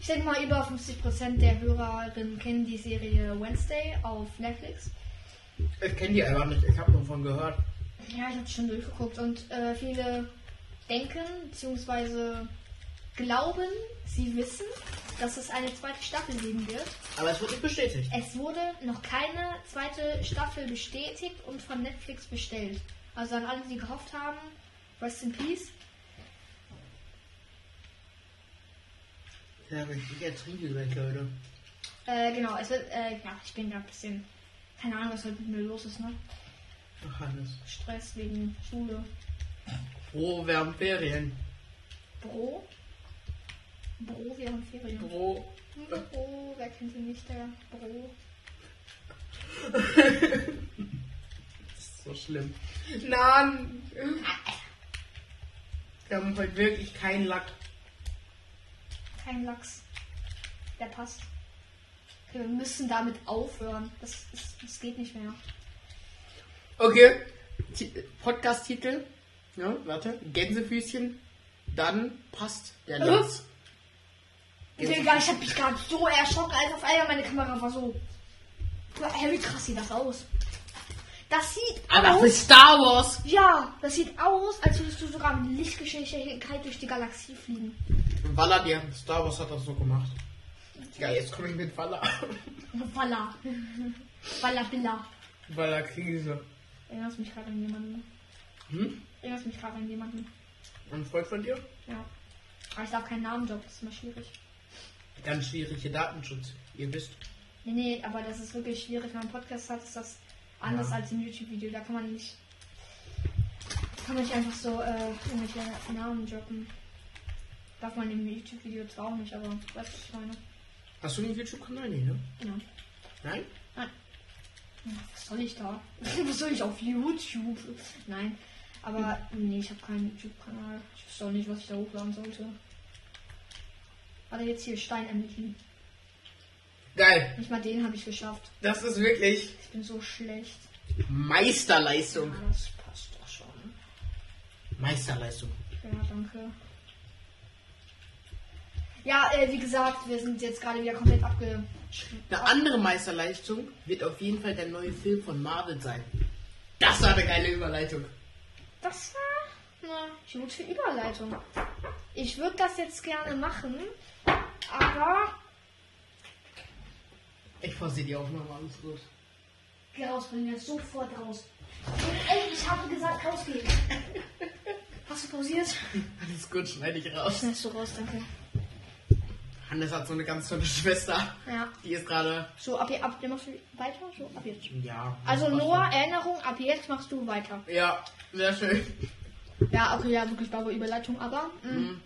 Speaker 2: Ich denke mal über 50 Prozent der Hörerinnen kennen die Serie Wednesday auf Netflix.
Speaker 1: Ich kenne die einfach nicht. Ich habe davon gehört.
Speaker 2: Ja, ich habe schon durchgeguckt und äh, viele denken bzw. glauben, sie wissen, dass es eine zweite Staffel geben wird.
Speaker 1: Aber es wurde nicht bestätigt.
Speaker 2: Es wurde noch keine zweite Staffel bestätigt und von Netflix bestellt. Also an alle, die gehofft haben, rest in peace.
Speaker 1: Ja, richtig ertrieben sind, Leute.
Speaker 2: Äh, genau, es wird, äh, ja, ich bin gerade ein bisschen, keine Ahnung, was heute mit mir los ist, ne?
Speaker 1: Ach, Hannes.
Speaker 2: Stress wegen Schule,
Speaker 1: Pro während Ferien.
Speaker 2: Büro. Büro, wir haben Ferien.
Speaker 1: Pro.
Speaker 2: Bro, wer kennt ihn nicht, der Bro?
Speaker 1: So schlimm. Nein! Wir haben heute wirklich keinen Lack.
Speaker 2: Kein Lachs. Der passt. Okay, wir müssen damit aufhören. Das, ist, das geht nicht mehr.
Speaker 1: Okay. Ti- Podcast-Titel. Ja, warte. Gänsefüßchen. Dann passt der
Speaker 2: Äh?
Speaker 1: Lachs.
Speaker 2: Digga, ich hab mich gerade so erschrocken, als auf einmal meine Kamera war so. Hä, wie krass sieht das aus? Das sieht
Speaker 1: Aber für
Speaker 2: aus.
Speaker 1: Star Wars.
Speaker 2: Ja, das sieht aus, als würdest du sogar mit Lichtgeschwindigkeit durch die Galaxie fliegen.
Speaker 1: Walla, die haben Star Wars hat das so gemacht. Ja, jetzt komme ich mit Walla.
Speaker 2: Voila. Voila, billa.
Speaker 1: Walla Krise.
Speaker 2: Erinnerst mich gerade an jemanden.
Speaker 1: Hm?
Speaker 2: Erinnerst mich gerade an jemanden.
Speaker 1: Ein Freund von dir?
Speaker 2: Ja. Aber ich darf keinen Namen droppen, das ist immer schwierig.
Speaker 1: Ganz schwierige Datenschutz. Ihr wisst.
Speaker 2: Nee, nee, aber das ist wirklich schwierig. Wenn man einen Podcast hat, ist das anders
Speaker 1: Ja.
Speaker 2: als im YouTube-Video. Da kann man nicht. Kann man nicht einfach so äh, irgendwelche Namen droppen. Darf man im YouTube-Video zwar auch nicht, aber weißt du, was ich meine.
Speaker 1: Hast du einen YouTube-Kanal? Nee, ne?
Speaker 2: Ja.
Speaker 1: Nein?
Speaker 2: Ja, Was soll ich da? Was soll ich auf YouTube? Nein. Aber nee, ich habe keinen YouTube-Kanal. Ich wüsste auch nicht, was ich da hochladen sollte. Warte, jetzt hier Stein ermitteln.
Speaker 1: Geil.
Speaker 2: Nicht mal den habe ich geschafft.
Speaker 1: Das ist wirklich
Speaker 2: Ich bin so schlecht. Ja,
Speaker 1: Meisterleistung.
Speaker 2: das passt doch schon.
Speaker 1: Meisterleistung.
Speaker 2: Ja, danke. Ja, äh, wie gesagt, wir sind jetzt gerade wieder komplett abge...
Speaker 1: Eine andere Meisterleistung wird auf jeden Fall der neue Film von Marvel sein. Das war eine geile Überleitung.
Speaker 2: Das war eine gute Überleitung. Ich würde das jetzt gerne machen, aber...
Speaker 1: Ich forciere die Aufnahme alles gut.
Speaker 2: Geh raus, Paulina, sofort raus. Ey, ich habe gesagt, rausgehen. Hast du pausiert?
Speaker 1: Alles gut, schneide ich raus.
Speaker 2: Schnellst du raus, danke.
Speaker 1: Hannes hat so eine ganz tolle Schwester.
Speaker 2: Ja,
Speaker 1: Die ist gerade.
Speaker 2: so, ab, hier- ab, hier machst du weiter, so, ab jetzt.
Speaker 1: Ja.
Speaker 2: Also,
Speaker 1: das war
Speaker 2: Noah, Erinnerung, ab jetzt machst du weiter.
Speaker 1: schon- Ja, sehr schön.
Speaker 2: Ja, okay, ja, wirklich blaue Überleitung, aber mm. mh, Mhm.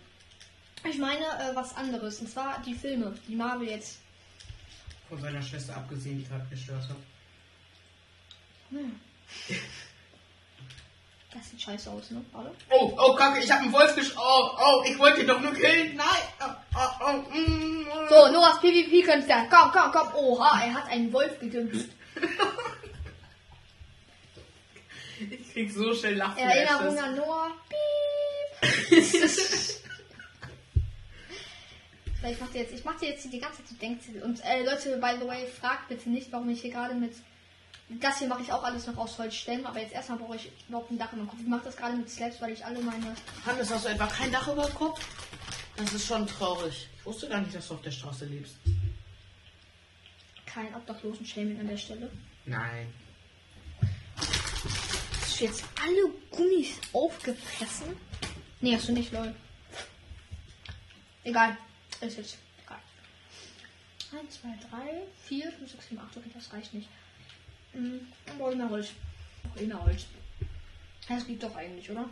Speaker 2: ich meine äh, was anderes. Und zwar die Filme, die Marvel jetzt.
Speaker 1: Von seiner Schwester abgesehen, die gerade gestört hat.
Speaker 2: Hm. Das sieht scheiße aus, ne? Warte.
Speaker 1: Oh, oh, Kacke, ich hab einen Wolf gesch... Oh, oh, ich wollte ihn doch nur killen. Nein. Oh, oh, oh, mm, oh.
Speaker 2: So, Noahs PvP-Künstler. Komm, komm, komm. Oha, er hat einen Wolf gekümpft.
Speaker 1: Ich krieg so schnell
Speaker 2: Erinnerung
Speaker 1: Lachflashes.
Speaker 2: an Noah. Piep. Weil ich mache dir jetzt, ich mache dir jetzt die ganze Zeit die Denkzettel. Und äh, Leute, by the way, fragt bitte nicht, warum ich hier gerade mit. Das hier mache ich auch alles noch aus Holzstämmen, aber jetzt erstmal brauche ich überhaupt ein Dach über dem Kopf. Ich mache das gerade mit Slabs, weil ich alle meine.
Speaker 1: Hannes, hast du etwa kein Dach über dem Kopf? Das ist schon traurig. Ich wusste gar nicht, dass du auf der Straße lebst.
Speaker 2: keinen obdachlosen Shaming an der Stelle.
Speaker 1: Nein.
Speaker 2: Hast du jetzt alle Gummis aufgefressen? Nee, hast du nicht, lol. Egal. Ist jetzt egal. 1, 2, 3, 4, 5, 6, 7, 8. Okay, das reicht nicht. Mhm, Dann brauche ich mehr Holz. Noch eh mehr Holz. Das liegt doch eigentlich, oder?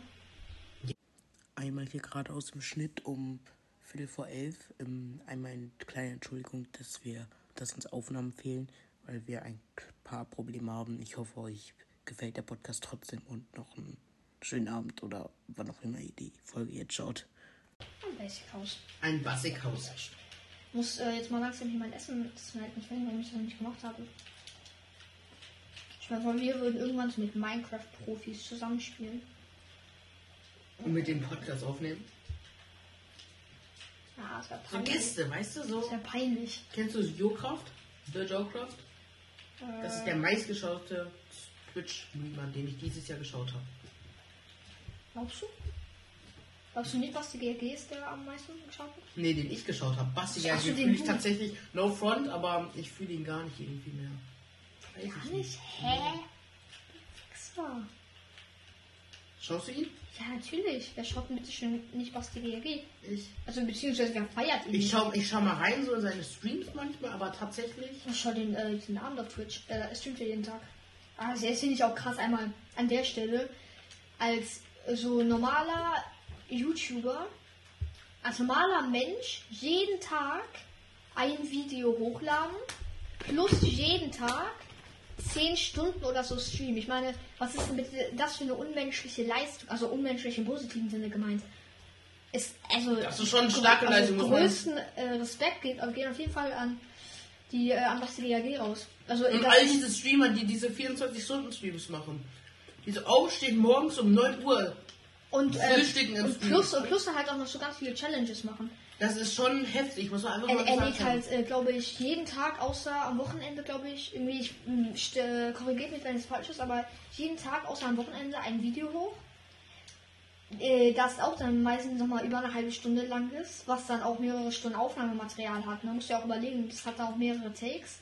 Speaker 4: Einmal hier gerade aus dem Schnitt um Viertel vor elf. Ähm, einmal eine kleine Entschuldigung, dass wir, dass uns Aufnahmen fehlen, weil wir ein paar Probleme haben. Ich hoffe, euch gefällt der Podcast trotzdem und noch einen schönen Abend oder wann auch immer ihr die Folge jetzt schaut.
Speaker 2: Ein Basic House.
Speaker 1: Ein Bassikhaus.
Speaker 2: Muss äh, jetzt mal langsam hier mein Essen snacken. Ich weiß nicht, warum ich das noch nicht gemacht habe. Ich meine, von mir würden irgendwann so mit Minecraft-Profis zusammenspielen.
Speaker 1: Und mit dem Podcast aufnehmen.
Speaker 2: Ja, das wäre
Speaker 1: So
Speaker 2: peinlich.
Speaker 1: Gäste, weißt du
Speaker 2: Das
Speaker 1: so?
Speaker 2: wäre peinlich.
Speaker 1: Kennst du Jokraft? The Jokraft? Das
Speaker 2: Äh.
Speaker 1: ist der meistgeschaute Twitch-Streamer, den ich dieses Jahr geschaut habe.
Speaker 2: Glaubst du? Glaubst du nicht, was die GRG ist, der am meisten geschaut hat?
Speaker 1: Nee, den ich geschaut habe. Basti,
Speaker 2: Ach,
Speaker 1: ja,
Speaker 2: hast du
Speaker 1: den
Speaker 2: den
Speaker 1: fühle ich
Speaker 2: gut?
Speaker 1: tatsächlich no front, aber ich fühle ihn gar nicht irgendwie mehr. Weiß ich
Speaker 2: Gar nicht. Hä? Fixer.
Speaker 1: Schaust du ihn?
Speaker 2: Ja, natürlich. Wer schaut denn bitte schön nicht, was die GRG?
Speaker 1: Ich.
Speaker 2: Also, beziehungsweise wer feiert ihn?
Speaker 1: Ich schau, ich schau mal rein, so in seine Streams manchmal, aber tatsächlich.
Speaker 2: Ich schau den, äh, den Abend auf Twitch. Äh, Da streamt er jeden Tag. Ah, das finde ich auch krass einmal an der Stelle. Als so normaler YouTuber, als normaler Mensch jeden Tag ein Video hochladen plus jeden Tag 10 Stunden oder so streamen. Ich meine, was ist denn bitte das für eine unmenschliche Leistung? Also unmenschlich im positiven Sinne gemeint. Ist, also,
Speaker 1: Das ist schon eine starke Leistung, muss man-
Speaker 2: größten äh, Respekt geht, geht auf jeden Fall an die äh, an was die GAG raus. Also
Speaker 1: Und
Speaker 2: das-
Speaker 1: all diese Streamer, die diese 24-Stunden-Streams machen. Diese aufstehen morgens um 9 Uhr.
Speaker 2: und, äh,
Speaker 1: Frühstücken im
Speaker 2: und plus und plus dann halt auch noch so ganz viele Challenges machen.
Speaker 1: Das ist schon heftig, muss man einfach
Speaker 2: Er,
Speaker 1: mal
Speaker 2: er
Speaker 1: sagen.
Speaker 2: legt halt, äh, glaube ich, jeden Tag, außer am Wochenende, glaube ich, irgendwie, ich mh, st- äh, korrigiert mich, wenn es falsch ist, aber jeden Tag, außer am Wochenende, ein Video hoch. Äh, das auch dann meistens nochmal über eine halbe Stunde lang ist, was dann auch mehrere Stunden Aufnahmematerial hat. Man muss ja auch überlegen, das hat dann auch mehrere Takes.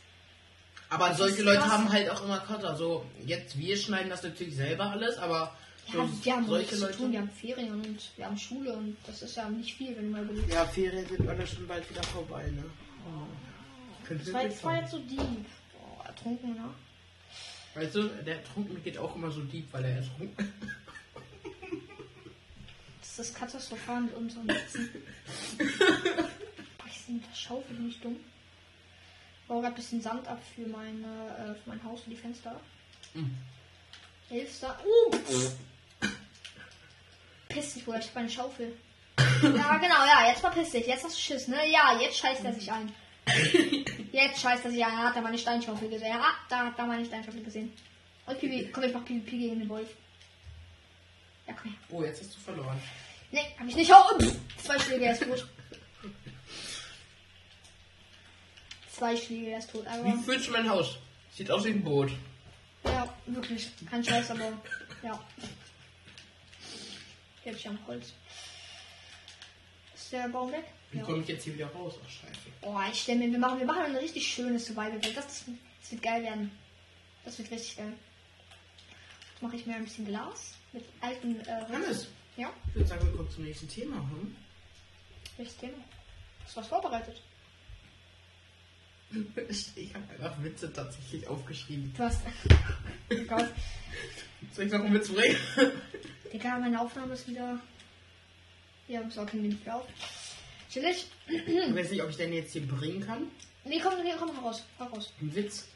Speaker 1: Aber solche
Speaker 2: ist
Speaker 1: Leute
Speaker 2: krass.
Speaker 1: haben halt auch immer Cutter. So, jetzt wir schneiden das natürlich selber alles, aber so,
Speaker 2: Ja, wir haben
Speaker 1: solche
Speaker 2: nichts zu
Speaker 1: Leute.
Speaker 2: tun, wir haben Ferien und wir haben Schule und das ist ja nicht viel, wenn du mal überlegst.
Speaker 1: ja, Ferien sind alle schon bald wieder vorbei, ne? Könnte
Speaker 2: Das war,
Speaker 1: nicht
Speaker 2: das war
Speaker 1: sein.
Speaker 2: jetzt so deep. Oh, ertrunken, ne?
Speaker 1: Weißt du, der Ertrunkene geht auch immer so deep, weil er ertrunken
Speaker 2: Das ist katastrophal mit unseren Netzen. Boah, ich bin mit der Schaufel nicht dumm. Ich baue gerade ein bisschen Sand ab für, meine, äh, für mein Haus und die Fenster.
Speaker 1: Mhm.
Speaker 2: Elfster. Uh! Piss dich, Bruder, ich hab meine Schaufel. ja, genau, ja, jetzt mal piss dich. Jetzt hast du Schiss, ne? Ja, jetzt scheißt er sich ein. Jetzt scheißt er sich ein. Er hat da meine Steinschaufel gesehen. Ja, da hat da meine Steinschaufel gesehen. Und PvP. Komm, ich mach PvP gegen den Wolf. Ja, komm her.
Speaker 1: Oh, jetzt hast du verloren.
Speaker 2: Nee, hab ich nicht. Oh, pff, zwei Schläge, er ist tot. Zwei Schläge, er ist tot.
Speaker 1: Wie
Speaker 2: Aber
Speaker 1: fühlst du mein Haus? Sieht aus wie ein Boot.
Speaker 2: ja, wirklich. Kein Scheiß, aber ja. Gebe ich am Holz. Ist der Baum weg?
Speaker 1: Wie
Speaker 2: Ja.
Speaker 1: komme ich jetzt hier wieder raus? Ach, scheiße.
Speaker 2: Oh, ich stelle mir, wir machen, wir machen eine richtig schöne Survival-Welt. Das, das, das wird geil werden. Das wird richtig geil. Jetzt mache ich mir ein bisschen Glas mit alten äh,
Speaker 1: Hannes,
Speaker 2: Ja,
Speaker 1: ich würde sagen, wir kommen zum nächsten Thema. Hm?
Speaker 2: welches Thema? Hast du was vorbereitet?
Speaker 1: Ich habe einfach Witze tatsächlich aufgeschrieben.
Speaker 2: Du hast. Oh Gott.
Speaker 1: Soll ich noch einen Witz bringen?
Speaker 2: Digga, meine Aufnahme ist wieder. Ja, muss auch kein Licht auf. Chillig.
Speaker 1: Ich weiß nicht, ob ich den jetzt hier bringen kann.
Speaker 2: Nee, komm, nee, komm, hau raus. Hau raus.
Speaker 1: Ein Witz.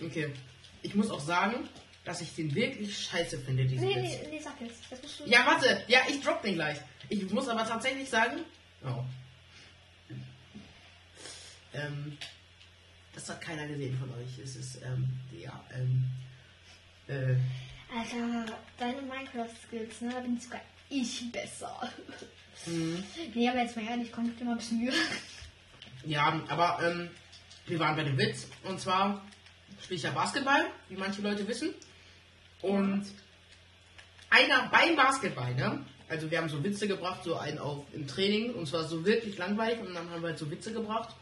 Speaker 1: Okay. Ich muss auch sagen, dass ich den wirklich scheiße finde, diesen
Speaker 2: Nee,
Speaker 1: Witz.
Speaker 2: nee, nee, sag jetzt. Das musst du.
Speaker 1: Ja, warte. Ja, ich drop den gleich. Ich muss aber tatsächlich sagen. Oh. Ähm, das hat keiner gesehen von euch. Es ist, ähm, ja, ähm, äh,
Speaker 2: Alter, deine Minecraft-Skills, ne? Da bin sogar ich besser.
Speaker 1: hm. Mhm.
Speaker 2: Nee, aber jetzt mal ehrlich, komm, gib dir mal ein bisschen Mühe.
Speaker 1: Ja, aber ähm, wir waren bei dem Witz. Und zwar spiele ich ja Basketball, wie manche Leute wissen. Und einer beim Basketball, ne? Also wir haben so Witze gebracht, so einen auf im Training. Und zwar so wirklich langweilig. Und dann haben wir halt so Witze gebracht.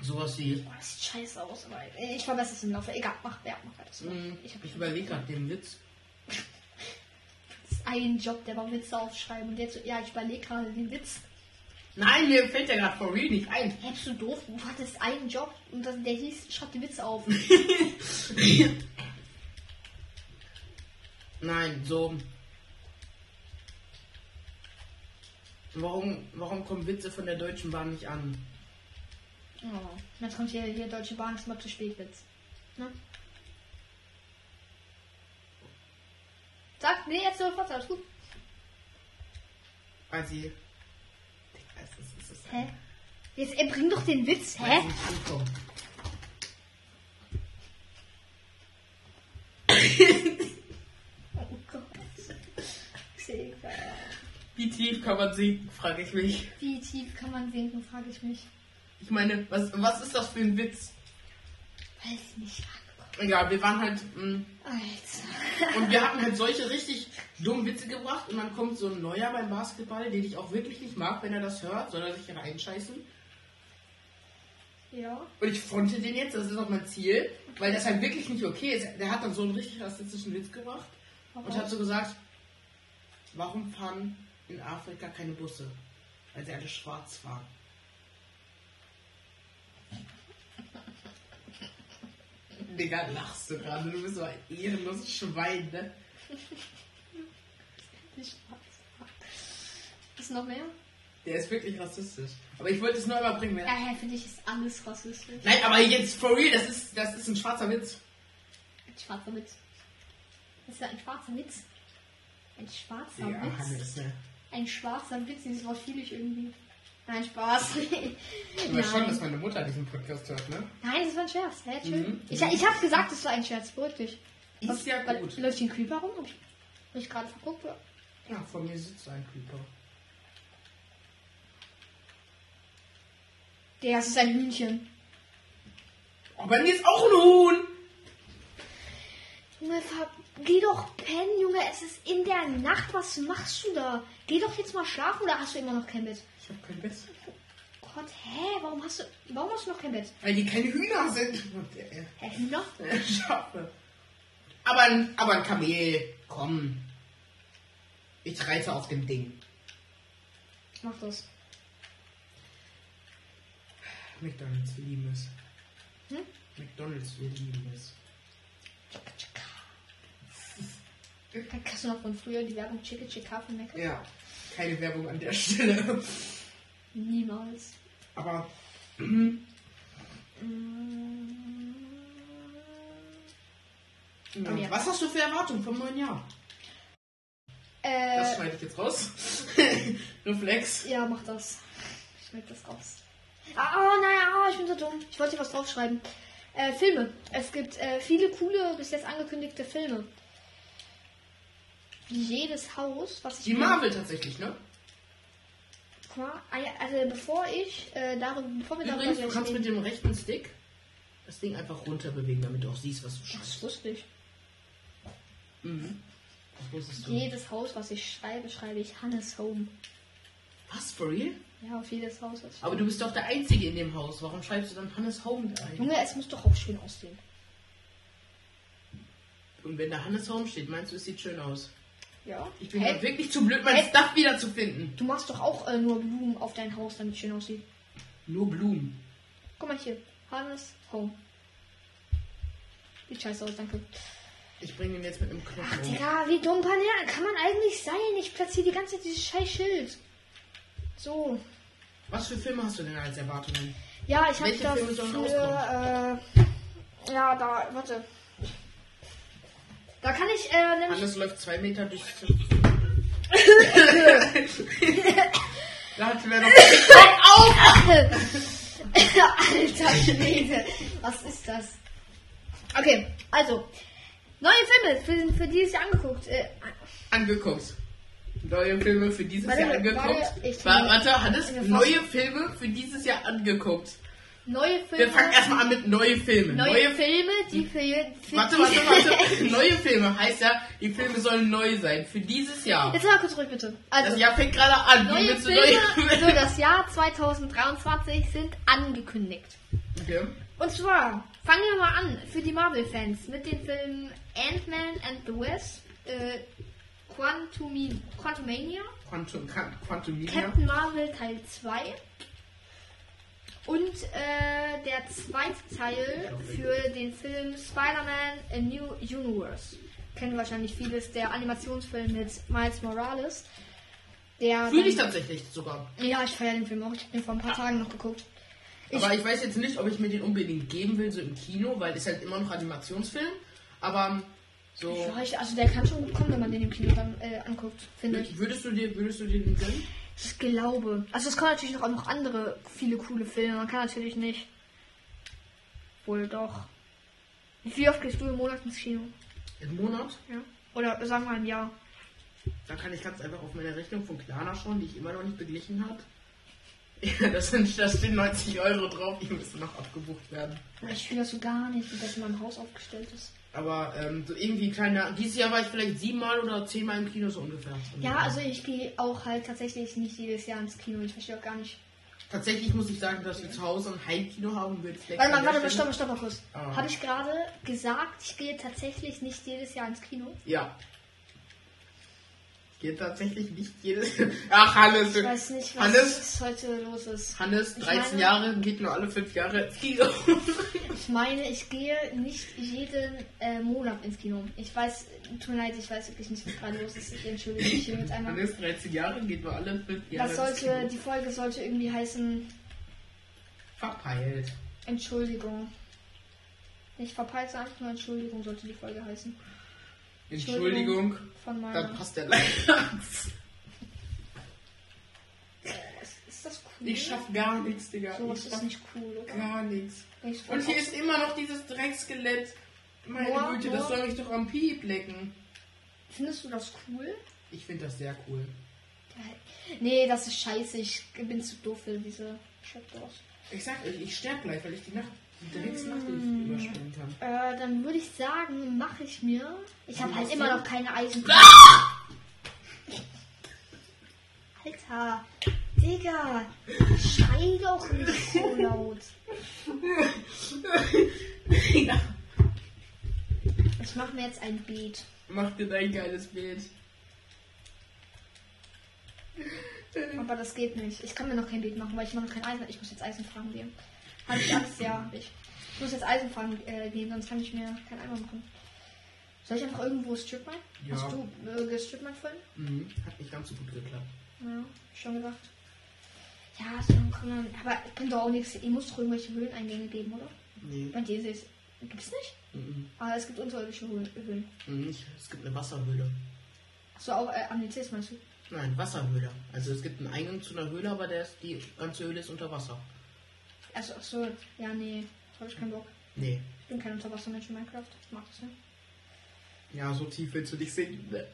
Speaker 1: Sowas wie,
Speaker 2: Boah, das sieht scheiße aus, aber ich verbessere es im Laufe. Egal, mach, ja, mach weiter.
Speaker 1: mh,
Speaker 2: Ich hab
Speaker 1: Mhm. ich überlege gerade den Witz.
Speaker 2: das ist ein Job, der war Witze aufschreiben. Und jetzt so, ja, ich überlege gerade den Witz.
Speaker 1: Nein, mir fällt ja gerade for real nicht ein.
Speaker 2: Hä, bist du doof? Du hattest einen Job und das, der hieß, schreib die Witze auf.
Speaker 1: Nein, so. Warum, warum kommen Witze von der Deutschen Bahn nicht an?
Speaker 2: Oh, jetzt kommt hier, hier Deutsche Bahn, ist mal zu spät Witz. Ne? Sag, nee, jetzt sofort, alles gut.
Speaker 1: Weil sie. Digga, es ist- es ist-
Speaker 2: Hä? Jetzt ey, bring doch den Witz,
Speaker 1: weil sie
Speaker 2: hä?
Speaker 1: nicht ankommen.
Speaker 2: Oh Gott. Ist ja egal.
Speaker 1: Wie tief kann man sinken, frage ich mich.
Speaker 2: Wie tief kann man sinken, frage ich mich.
Speaker 1: Ich meine, was, was ist das für ein Witz?
Speaker 2: Weil es nicht ankommt.
Speaker 1: Egal, wir waren halt. Mh,
Speaker 2: Alter.
Speaker 1: und wir hatten halt solche richtig dummen Witze gebracht und dann kommt so ein neuer beim Basketball, den ich auch wirklich nicht mag, wenn er das hört, soll er sich hier einscheißen.
Speaker 2: Ja.
Speaker 1: Und ich fronte den jetzt, das ist auch mein Ziel, weil das halt wirklich nicht okay ist. Der hat dann so einen richtig rassistischen Witz gemacht und hat so gesagt, warum fahren in Afrika keine Busse? Weil sie alle schwarz fahren. Digga, lachst du gerade? Du bist so ein ehrenloses Schwein, ne?
Speaker 2: Nicht Spaß. Ist noch mehr?
Speaker 1: Der ist wirklich rassistisch. Aber ich wollte es nur einmal bringen.
Speaker 2: Ja,
Speaker 1: Mehr.
Speaker 2: Herr, für dich ist alles rassistisch.
Speaker 1: Nein, aber jetzt for real, das ist, das ist ein schwarzer Witz.
Speaker 2: Ein schwarzer Witz. Das ist ein schwarzer Witz. Ein schwarzer
Speaker 1: Digga,
Speaker 2: Witz.
Speaker 1: Hannes, ne?
Speaker 2: Ein schwarzer Witz, dieses Wort fühle ich irgendwie. Nein, Spaß.
Speaker 1: Ich
Speaker 2: Nein.
Speaker 1: weiß schon, dass meine Mutter diesen Podcast hört, ne?
Speaker 2: Nein, das war ein Scherz. Hä, chill.
Speaker 1: Mhm.
Speaker 2: Ich, ich habe gesagt, es war ein Scherz, beruhig dich.
Speaker 1: Ist
Speaker 2: Was-
Speaker 1: ja
Speaker 2: weil-
Speaker 1: gut.
Speaker 2: Läuft hier ein Creeper rum? Hab ich mich gerade verguckt? oder?
Speaker 1: Ja, vor mir sitzt ein Creeper.
Speaker 2: Der, das ist ein Hühnchen.
Speaker 1: Oh, bei mir ist auch ein Huhn!
Speaker 2: Junge, ver- geh doch pennen, Junge. Es ist in der Nacht. Was machst du da? Geh doch jetzt mal schlafen oder hast du immer noch kein Bett?
Speaker 1: Ich hab kein Bett.
Speaker 2: Gott, hä? Warum hast du, warum hast du noch kein Bett?
Speaker 1: Weil die keine Hühner sind. Und, äh,
Speaker 2: Hä, Hühner?
Speaker 1: äh, Schafe. Aber ein, aber ein Kamel. Komm. Ich reite auf dem Ding.
Speaker 2: Mach das.
Speaker 1: McDonalds, wir lieben es.
Speaker 2: Hm?
Speaker 1: McDonalds, wir lieben es.
Speaker 2: Kannst du noch von früher die Werbung Chicka Chicka von Mecker?
Speaker 1: Ja, keine Werbung an der Stelle.
Speaker 2: Niemals.
Speaker 1: Aber hm. ja.
Speaker 2: ja.
Speaker 1: was hast du für Erwartungen vom neuen Jahr? Das
Speaker 2: Äh,
Speaker 1: schneide ich jetzt raus. Reflex.
Speaker 2: ja, mach das. Schneid das raus. Ah, oh, naja, oh, ich bin so dumm. Ich wollte hier was draufschreiben. Äh, Filme. Es gibt äh, viele coole, bis jetzt angekündigte Filme. Wie jedes Haus, was ich.
Speaker 1: Die Marvel tatsächlich, ne?
Speaker 2: Guck mal, ah ja, Also, bevor ich äh, darüber. Bevor wir
Speaker 1: Übrigens, du
Speaker 2: darüber
Speaker 1: kannst mit
Speaker 2: reden-
Speaker 1: dem rechten Stick das Ding einfach runterbewegen, damit du auch siehst, was du
Speaker 2: Das
Speaker 1: schreibst.
Speaker 2: wusste ich.
Speaker 1: Mhm. Das wusstest du.
Speaker 2: Jedes Haus, was ich schreibe, schreibe ich Hannes Home.
Speaker 1: Was, for real?
Speaker 2: Ja, auf jedes Haus. Was ich
Speaker 1: Aber du bist doch der Einzige in dem Haus. Warum schreibst du dann Hannes Home mit ein?
Speaker 2: Junge, es muss doch auch schön aussehen.
Speaker 1: Und wenn da Hannes Home steht, meinst du, es sieht schön aus?
Speaker 2: Ja.
Speaker 1: Ich bin
Speaker 2: Hä?
Speaker 1: grad wirklich zu blöd, mein
Speaker 2: Hä?
Speaker 1: Stuff wiederzufinden.
Speaker 2: Du machst doch auch äh, nur Blumen auf dein Haus, damit es schön aussieht.
Speaker 1: Nur Blumen.
Speaker 2: Guck mal hier. Hannes Home. Sieht scheiße aus, danke.
Speaker 1: Ich bringe ihn jetzt mit einem Knopf
Speaker 2: Ach,
Speaker 1: um.
Speaker 2: Digga, Ah, wie dumm kann, der- kann man eigentlich sein? Ich platziere die ganze Zeit dieses scheiß Schild. So.
Speaker 1: Was für Filme hast du denn als Erwartungen?
Speaker 2: Ja, ich habe
Speaker 1: Welche
Speaker 2: da
Speaker 1: Filme sollen
Speaker 2: für, äh, Ja, da, warte. Da kann ich, äh, nämlich
Speaker 1: Hannes läuft zwei Meter durch. da hat wer noch.
Speaker 2: Alter Schwede, was ist das? Okay, also, neue Filme, für, für die ich angeguckt. Äh,
Speaker 1: Angeguckt. neue Filme für dieses
Speaker 2: Warte,
Speaker 1: Jahr angeguckt.
Speaker 2: warte, ich-
Speaker 1: Wa- warte, Hannes,
Speaker 2: Ich hab
Speaker 1: neue Filme für dieses Jahr angeguckt.
Speaker 2: Neue Filme.
Speaker 1: Wir fangen erstmal an mit neue Filme.
Speaker 2: neue, Filme, die für, für
Speaker 1: Warte,
Speaker 2: die-
Speaker 1: warte, warte. neue Filme heißt ja, die Filme sollen neu sein für dieses Jahr.
Speaker 2: Jetzt mal kurz ruhig bitte. Also
Speaker 1: Das Jahr fängt gerade an. Wie
Speaker 2: neue
Speaker 1: willst du
Speaker 2: Filme
Speaker 1: neue
Speaker 2: für das Jahr 2023 sind angekündigt.
Speaker 1: Okay.
Speaker 2: Und zwar fangen wir mal an für die Marvel-Fans mit den Filmen Ant-Man and the Wasp, äh, Quantum Quantumania,
Speaker 1: Quantum, Kan- Quantumania.
Speaker 2: Captain Marvel Teil 2 und äh, der zweite Teil für den Film Spider-Man A New Universe. Kennen wahrscheinlich vieles, der Animationsfilm mit Miles Morales. Der
Speaker 1: Fühle ich tatsächlich sogar.
Speaker 2: Ja, ich feiere den Film auch. Ich habe den vor ein paar Tagen noch geguckt.
Speaker 1: Aber ich weiß jetzt nicht, ob ich mir den unbedingt geben will, so im Kino, weil es halt immer noch Animationsfilm. Aber ähm, so.
Speaker 2: Ja, ich, also der kann schon gut kommen, wenn man den im Kino dann äh, anguckt, finde ich.
Speaker 1: Würdest du dir, würdest du dir den gönnen?
Speaker 2: Ich glaube. Also es kommen natürlich noch, auch noch andere viele coole Filme. Man kann natürlich nicht. Wohl doch. Wie oft gehst du im Monat ins Kino?
Speaker 1: Im Monat?
Speaker 2: Ja. Oder sagen wir im Jahr.
Speaker 1: Da kann ich ganz einfach auf meine Rechnung von Klarna schauen, die ich immer noch nicht beglichen habe. Ja, das sind, da stehen 90 Euro drauf, die müssen noch abgebucht werden.
Speaker 2: Ich fühle das so gar nicht, wie das in meinem Haus aufgestellt ist.
Speaker 1: Aber ähm, so irgendwie kleiner. Dieses Jahr war ich vielleicht siebenmal oder zehnmal im Kino so ungefähr.
Speaker 2: Ja, also ich gehe auch halt tatsächlich nicht jedes Jahr ins Kino. Ich verstehe auch gar nicht.
Speaker 1: Tatsächlich muss ich sagen, dass wir zu Hause ein Heimkino haben wird.
Speaker 2: Warte mal, warte mal, stopp mal, stopp mal kurz.
Speaker 1: Ah.
Speaker 2: Habe ich gerade gesagt, ich gehe tatsächlich nicht jedes Jahr ins Kino?
Speaker 1: Ja. Geht tatsächlich nicht jedes. Ach, Hannes.
Speaker 2: Ich weiß nicht, was,
Speaker 1: Hannes,
Speaker 2: was heute los ist.
Speaker 1: Hannes,
Speaker 2: Ich
Speaker 1: 13
Speaker 2: meine-
Speaker 1: Jahre, geht nur alle 5 Jahre ins Kino.
Speaker 2: Ich meine, ich gehe nicht jeden äh, Monat ins Kino. Ich weiß, tut mir leid, ich weiß wirklich nicht, was gerade los ist. Ich entschuldige mich hiermit einmal.
Speaker 1: Hannes, 13 Jahre, geht nur alle 5 Jahre
Speaker 2: Das
Speaker 1: ins
Speaker 2: sollte,
Speaker 1: Kino.
Speaker 2: die Folge sollte irgendwie heißen
Speaker 1: Verpeilt.
Speaker 2: Entschuldigung. Nicht verpeilt, sondern einfach nur Entschuldigung sollte die Folge heißen.
Speaker 1: Entschuldigung.
Speaker 2: Von
Speaker 1: Da
Speaker 2: meiner.
Speaker 1: passt der leider.
Speaker 2: Ist, ist das cool?
Speaker 1: Ich schaff gar nichts, Digga.
Speaker 2: Sowas
Speaker 1: ich
Speaker 2: ist
Speaker 1: schaff
Speaker 2: nicht cool, oder?
Speaker 1: gar nichts.
Speaker 2: Bin ich voll
Speaker 1: Und hier
Speaker 2: auf-
Speaker 1: ist immer noch dieses Dreckskelett. Meine
Speaker 2: Boah,
Speaker 1: Güte,
Speaker 2: boah.
Speaker 1: das soll mich doch am Piep lecken.
Speaker 2: Findest du das cool?
Speaker 1: Ich finde das sehr cool.
Speaker 2: Nee, das ist scheiße. Ich bin zu doof für diese Shutdowns.
Speaker 1: Ich sag euch, ich sterbe gleich, weil ich die Nacht, die Drecksnacht
Speaker 2: Mm.
Speaker 1: nicht überspringen kann.
Speaker 2: Äh, dann würde ich sagen, mache ich mir. Ich habe halt immer noch keine Eisen. Alter, Digga, schrei doch nicht so laut. Ich mache mir jetzt ein Beet.
Speaker 1: Mach dir dein geiles Bild.
Speaker 2: Aber das geht nicht. Ich kann mir noch kein Beet machen, weil ich mache kein Eisen. Ich muss jetzt Eisen fragen gehen. Habe ich Angst? Ja, hab ich. Ich muss jetzt Eisen fragen äh, gehen, sonst kann ich mir kein Eimer machen. Soll ich einfach irgendwo Stripmine?
Speaker 1: Ja.
Speaker 2: Hast du äh, gestripmine vorhin?
Speaker 1: Mhm. Hat nicht ganz so gut geklappt.
Speaker 2: Ja, schon gedacht. Ja, so dann kann man. Aber ich bin doch auch nichts. Ihr muss doch irgendwelche Höhleneingänge geben, oder?
Speaker 1: Nee.
Speaker 2: Bei dir ist Gibt's nicht?
Speaker 1: Mhm.
Speaker 2: Aber es gibt unterirdische Höhlen. Höhlen.
Speaker 1: Mhm. Ich- Es gibt eine Wasserhöhle.
Speaker 2: Achso, auch äh, Amnesies meinst du?
Speaker 1: Nein, Wasserhöhle. Also es gibt einen Eingang zu einer Höhle, aber der ist, die ganze Höhle ist unter Wasser.
Speaker 2: Also, achso, ja, nee. Hab ich keinen Bock.
Speaker 1: Nee.
Speaker 2: Ich bin kein Unterwassermensch in Minecraft. Ich mag das nicht.
Speaker 1: Ja, so tief willst du dich sehen. ne?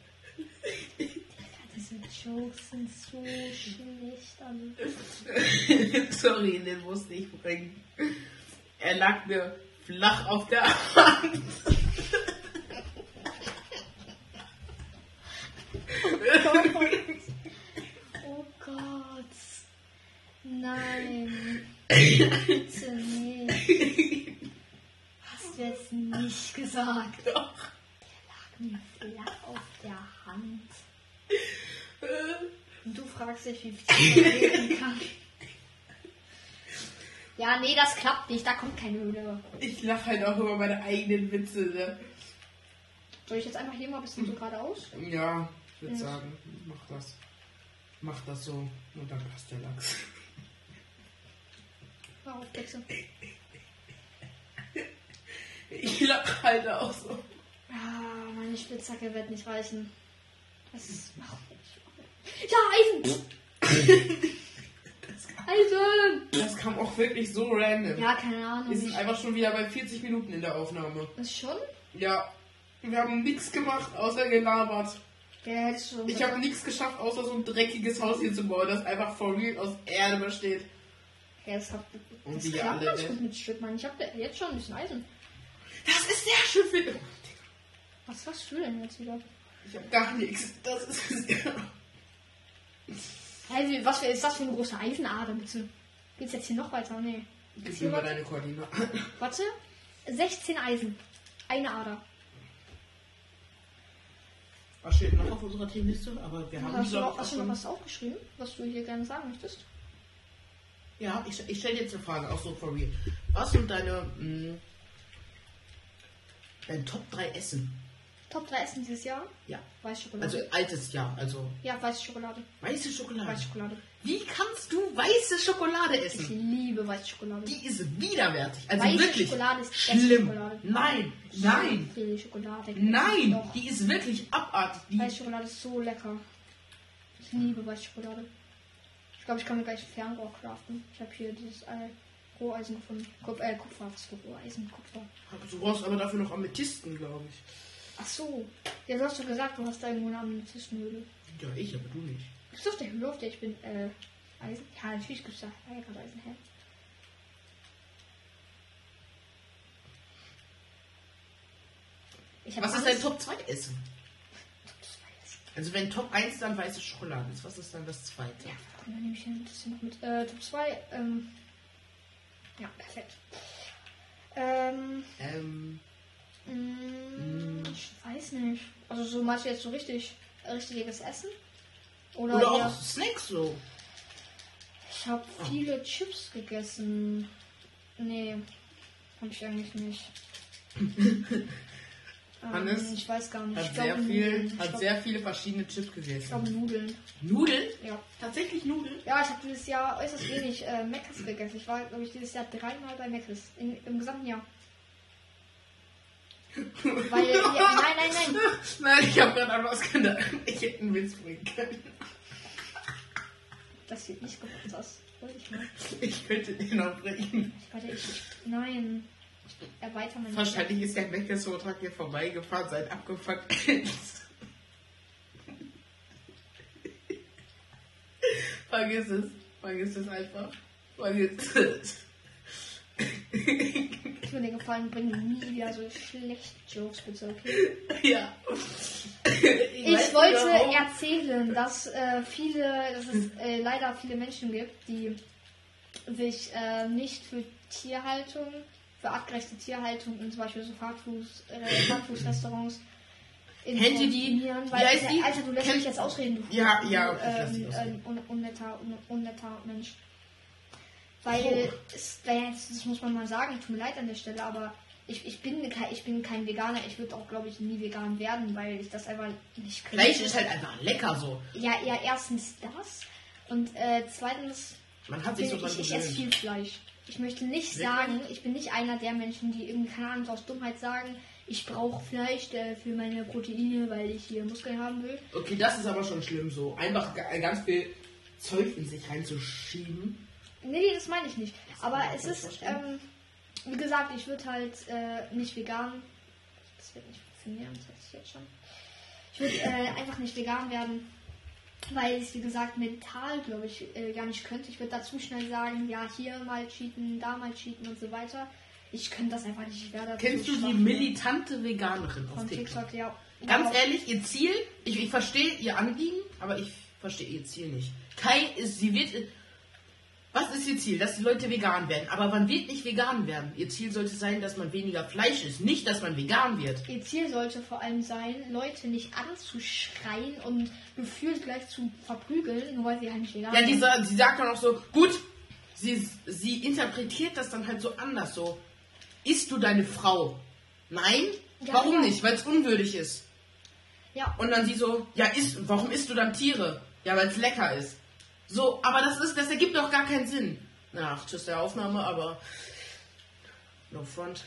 Speaker 2: Diese Jokes sind so schlecht. alle.
Speaker 1: Sorry, in den musste ich bringen. Er lag mir flach auf der Hand.
Speaker 2: Oh Gott. Nein. Bitte nicht. Hast du jetzt nicht gesagt. Der lag mir flach auf der Hand. Und du fragst dich, wie viel man reden kann. Ja, nee, das klappt nicht. Da kommt keine Höhle.
Speaker 1: Ich lache halt auch über meine eigenen Witze. Ne?
Speaker 2: Soll ich jetzt einfach hier mal ein bisschen so geradeaus?
Speaker 1: Ja, ich würde
Speaker 2: Ja.
Speaker 1: sagen, mach das. Mach das so und dann passt der Lachs.
Speaker 2: Warum wechseln?
Speaker 1: Ich lache halt auch so.
Speaker 2: Ah, meine Spitzhacke wird nicht reichen. Das ist. Ja, Eisen! Eisen!
Speaker 1: Das kam auch wirklich so random.
Speaker 2: Ja, keine Ahnung.
Speaker 1: Wir sind einfach schon wieder bei 40 Minuten in der Aufnahme.
Speaker 2: Ist schon?
Speaker 1: Ja, wir haben nichts gemacht, außer gelabert.
Speaker 2: Der hätte schon.
Speaker 1: Ich habe nichts geschafft, außer so ein dreckiges Haus hier zu bauen, das einfach for real aus Erde besteht.
Speaker 2: Ja, das hat.
Speaker 1: Und
Speaker 2: Das
Speaker 1: die
Speaker 2: klappt
Speaker 1: alle
Speaker 2: ganz
Speaker 1: weg.
Speaker 2: gut mit Stückmann. Ich habe jetzt schon ein bisschen Eisen.
Speaker 1: Das ist sehr schön für
Speaker 2: Was hast du denn jetzt wieder?
Speaker 1: Ich habe gar nichts. Das ist sehr.
Speaker 2: Hey, wie- was für- ist das für eine große Eisenader? Bitte. Geht's jetzt hier noch weiter? Nee.
Speaker 1: Gib mir mal deine Koordinaten.
Speaker 2: Warte. 16 Eisen. Eine Ader.
Speaker 1: Was steht noch auf unserer Themenliste? Aber wir haben
Speaker 2: Hast du,
Speaker 1: glaub
Speaker 2: noch,
Speaker 1: ich,
Speaker 2: hast
Speaker 1: auch
Speaker 2: du noch
Speaker 1: schon-
Speaker 2: was aufgeschrieben, was du hier gerne sagen möchtest?
Speaker 1: Ja, ich, ich stelle jetzt eine Frage, auch so for real. Was sind deine. Mh, dein Top 3 Essen?
Speaker 2: Top 3 Essen dieses Jahr?
Speaker 1: Ja.
Speaker 2: Weiße Schokolade.
Speaker 1: Also Ah. altes Jahr, also
Speaker 2: ja, weiße Schokolade.
Speaker 1: weiße Schokolade.
Speaker 2: Weiße Schokolade.
Speaker 1: Wie kannst du weiße Schokolade
Speaker 2: Ich
Speaker 1: essen?
Speaker 2: liebe weiße Schokolade.
Speaker 1: Die ist widerwärtig. Also
Speaker 2: Weiße
Speaker 1: wirklich
Speaker 2: Schokolade ist echte
Speaker 1: schlimm.
Speaker 2: Schokolade.
Speaker 1: Nein, nein,
Speaker 2: Die Schokolade.
Speaker 1: nein.
Speaker 2: Doch.
Speaker 1: Die ist wirklich abartig. Die,
Speaker 2: Weiße Schokolade ist so lecker. Ich liebe weiße Schokolade. Ich glaube, ich kann mir gleich ein Fernrohr craften. Ich habe hier dieses äh, Roheisen gefunden. Kup äh, Kupfer, was für Roheisen? Kupfer.
Speaker 1: du brauchst aber dafür noch Amethysten, glaube ich.
Speaker 2: Ach so. Ja, du hast du gesagt, du hast da irgendwo eine Amethystenhöhle.
Speaker 1: Ja, ich, aber du nicht.
Speaker 2: Gibt's auf der Höhle, auf der ich bin, äh, Eisen? Ja, natürlich gibt's da. Ja, ja, gerade Eisen, hä? Ich hab
Speaker 1: Was ist
Speaker 2: Angst.
Speaker 1: dein Top 2 Essen?
Speaker 2: Das weiß
Speaker 1: Also wenn Top 1 dann weiße Schokolade ist, was ist dann das
Speaker 2: ich.
Speaker 1: zweite?
Speaker 2: Ja, komm, dann nehme ich ein bisschen noch mit. Äh, Top 2, ähm. Ja, perfekt. Ähm,
Speaker 1: Ähm, Hm.
Speaker 2: mh, ich weiß nicht. Also, so meinst du jetzt so richtig, äh, richtiges Essen? Oder,
Speaker 1: oder
Speaker 2: eher-
Speaker 1: auch Snacks so.
Speaker 2: Ich habe viele Chips gegessen. Nee, habe ich eigentlich nicht. Ähm,
Speaker 1: Hannes
Speaker 2: ich weiß gar nicht.
Speaker 1: Hat
Speaker 2: ich
Speaker 1: sehr
Speaker 2: glaube
Speaker 1: viel,
Speaker 2: Nudeln. ich
Speaker 1: hat
Speaker 2: glaub-
Speaker 1: sehr viele verschiedene Chips
Speaker 2: ich
Speaker 1: gegessen.
Speaker 2: glaube Nudeln.
Speaker 1: Nudeln?
Speaker 2: Ja,
Speaker 1: Tatsächlich Nudeln?
Speaker 2: ja ich habe dieses Jahr äußerst wenig äh, Meckes gegessen. Ich war, glaube ich, dieses Jahr dreimal bei Meckes. In, Im gesamten Jahr. Weil, ja, nein, nein, nein.
Speaker 1: Nein, ich habe gerade anders gedacht. Ich hätte einen Witz bringen können.
Speaker 2: Das sieht nicht gut aus. Wollte ich mal.
Speaker 1: Ich könnte den auch bringen.
Speaker 2: Warte, ich, ich. Nein. Erweiter meine
Speaker 1: Wahrscheinlich ist der Meckes-Vortrag hier vorbeigefahren, seit abgefuckt ist. Vergiss es. Vergiss es einfach. Vergiss es.
Speaker 2: Ich würde dir gefallen, bring nie wieder so schlechte Jokes, bitte, okay?
Speaker 1: Ja. Ich,
Speaker 2: Ich
Speaker 1: weiß genau.
Speaker 2: wollte
Speaker 1: nicht, warum.
Speaker 2: erzählen, dass äh, viele, dass
Speaker 1: Hm.
Speaker 2: es äh, leider viele Menschen gibt, die sich äh, nicht für Tierhaltung, für artgerechte Tierhaltung in zum Beispiel so Fahrfuß, äh, Fahrfußrestaurants
Speaker 1: Kennt ihr die?
Speaker 2: informieren,
Speaker 1: Wie
Speaker 2: weil
Speaker 1: heißt die?
Speaker 2: Alter, du lässt
Speaker 1: Kennt-
Speaker 2: mich jetzt ausreden, du
Speaker 1: Ja,
Speaker 2: du,
Speaker 1: ja, ich lass dich
Speaker 2: ähm,
Speaker 1: ausreden.
Speaker 2: ähm, un, unnetter, un, unnetter Mensch. Weil es, naja, das, das muss man mal sagen, tut mir leid an der Stelle, aber ich, ich, bin, kein- ich bin kein Veganer, ich würde auch, glaube ich, nie vegan werden, weil ich das einfach nicht könnte.
Speaker 1: Fleisch ist halt einfach lecker so.
Speaker 2: Ja, ja, erstens das und äh, zweitens,
Speaker 1: Man hat sich
Speaker 2: ich,
Speaker 1: so dran
Speaker 2: ich, ich esse
Speaker 1: gewöhnt.
Speaker 2: viel Fleisch. Ich möchte nicht
Speaker 1: Wirklich?
Speaker 2: sagen, ich bin nicht einer der Menschen, die irgendwie, keine Ahnung, so aus Dummheit sagen, ich brauche Fleisch äh, für meine Proteine, weil ich hier Muskeln haben will.
Speaker 1: Okay, das ist aber schon schlimm so. Einfach ga- ganz viel Zeug in sich reinzuschieben.
Speaker 2: Nee, nee, das meine ich nicht. Aber
Speaker 1: kann
Speaker 2: es
Speaker 1: ich
Speaker 2: ist, ähm,
Speaker 1: verstehen.
Speaker 2: wie gesagt, ich würde halt äh, nicht vegan. Das wird nicht funktionieren, das weiß ich jetzt schon. Ich würde äh, einfach nicht vegan werden, weil ich es, wie gesagt, mental, glaube ich, äh, gar nicht könnte. Ich würde dazu schnell sagen, ja, hier mal cheaten, da mal cheaten und so weiter. Ich könnte das einfach nicht. Ich wäre dazu
Speaker 1: Kennst du die
Speaker 2: schwach. ne?
Speaker 1: militante Veganerin auf
Speaker 2: Von
Speaker 1: TikTok?
Speaker 2: TikTok, ja.
Speaker 1: Ganz
Speaker 2: Ja.
Speaker 1: ehrlich, ihr Ziel, ich, ich verstehe ihr Anliegen, aber ich verstehe ihr Ziel nicht. Kein, ist, sie wird. Was ist ihr Ziel? Dass die Leute vegan werden. Aber man wird nicht vegan werden. Ihr Ziel sollte sein, dass man weniger Fleisch isst, nicht, dass man vegan wird.
Speaker 2: Ihr Ziel sollte vor allem sein, Leute nicht anzuschreien und gefühlt gleich zu verprügeln, nur weil sie halt nicht vegan
Speaker 1: Ja,
Speaker 2: sind.
Speaker 1: die, sa- sie sagt dann auch so, gut, sie, sie interpretiert das dann halt so anders so. Isst du deine Frau? Nein?
Speaker 2: Ja,
Speaker 1: warum
Speaker 2: ja.
Speaker 1: nicht? Weil es unwürdig ist.
Speaker 2: Ja,
Speaker 1: Und dann sie so, ja, isst, warum isst du dann Tiere? Ja, weil es lecker ist. So, aber das ist, das ergibt doch gar keinen Sinn. Ach, tschüss der Aufnahme, aber no front.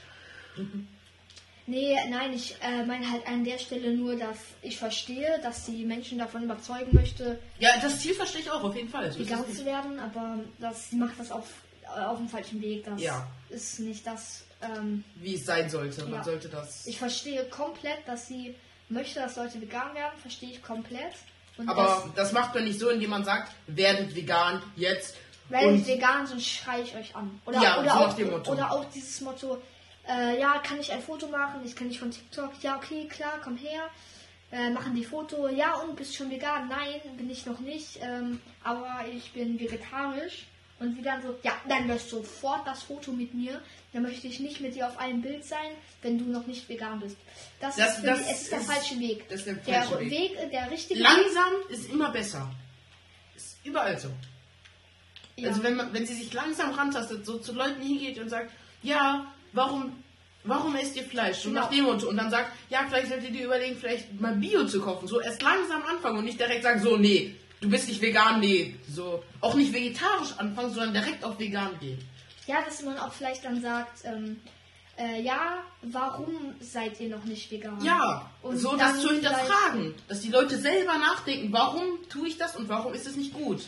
Speaker 2: nee, nein, ich äh, meine halt an der Stelle nur, dass ich verstehe, dass die Menschen davon überzeugen möchte,
Speaker 1: Ja, das Ziel verstehe ich auch, auf jeden Fall. So ist
Speaker 2: vegan
Speaker 1: es
Speaker 2: zu
Speaker 1: nicht.
Speaker 2: werden, aber das macht das auf, äh, auf dem falschen Weg. Das
Speaker 1: Ja.
Speaker 2: ist nicht das. Ähm,
Speaker 1: Wie es sein sollte. Man
Speaker 2: Ja.
Speaker 1: sollte das.
Speaker 2: ich verstehe komplett, dass sie möchte, dass Leute vegan werden, verstehe ich komplett. Und
Speaker 1: Aber das macht man nicht so, indem man sagt, werdet vegan jetzt.
Speaker 2: das, wenn
Speaker 1: und
Speaker 2: sie vegan sind, schreie ich euch an. Oder,
Speaker 1: Ja,
Speaker 2: oder,
Speaker 1: so nach
Speaker 2: auch,
Speaker 1: dem Motto.
Speaker 2: oder auch dieses Motto, äh, ja, kann ich ein Foto machen? Ich kenne dich von TikTok. Ja, okay, klar, komm her. Äh, machen die Foto. Ja, und bist schon vegan? Nein, bin ich noch nicht. Ähm, aber ich bin vegetarisch. Und sie dann so, ja, dann löscht sofort das Foto mit mir. Dann möchte ich nicht mit dir auf einem Bild sein, wenn du noch nicht vegan bist. Das,
Speaker 1: Das-
Speaker 2: ist, für mich-
Speaker 1: das
Speaker 2: es ist der
Speaker 1: ist-
Speaker 2: falsche Weg.
Speaker 1: das ist der
Speaker 2: der
Speaker 1: falsche Weg.
Speaker 2: Weg. der richtige Weg.
Speaker 1: langsam ist immer besser. Ist überall so.
Speaker 2: Ja.
Speaker 1: Also wenn, man, wenn sie sich langsam rantastet, so zu Leuten hingeht und sagt, ja, warum, warum esst ihr Fleisch? Und
Speaker 2: Genau.
Speaker 1: nach dem und so. Und dann sagt, ja, vielleicht solltet ihr überlegen, vielleicht mal Bio zu kaufen. So erst langsam anfangen und nicht direkt sagen, so, nee, du bist nicht vegan, nee. So auch nicht vegetarisch anfangen, sondern direkt auf vegan gehen.
Speaker 2: Ja, dass man auch vielleicht dann sagt, ähm, äh, ja, warum seid ihr noch nicht vegan?
Speaker 1: Ja,
Speaker 2: Und
Speaker 1: so
Speaker 2: dann
Speaker 1: das zu
Speaker 2: vielleicht-
Speaker 1: hinterfragen. Dass die Leute selber nachdenken, warum tue ich das und warum ist es nicht gut?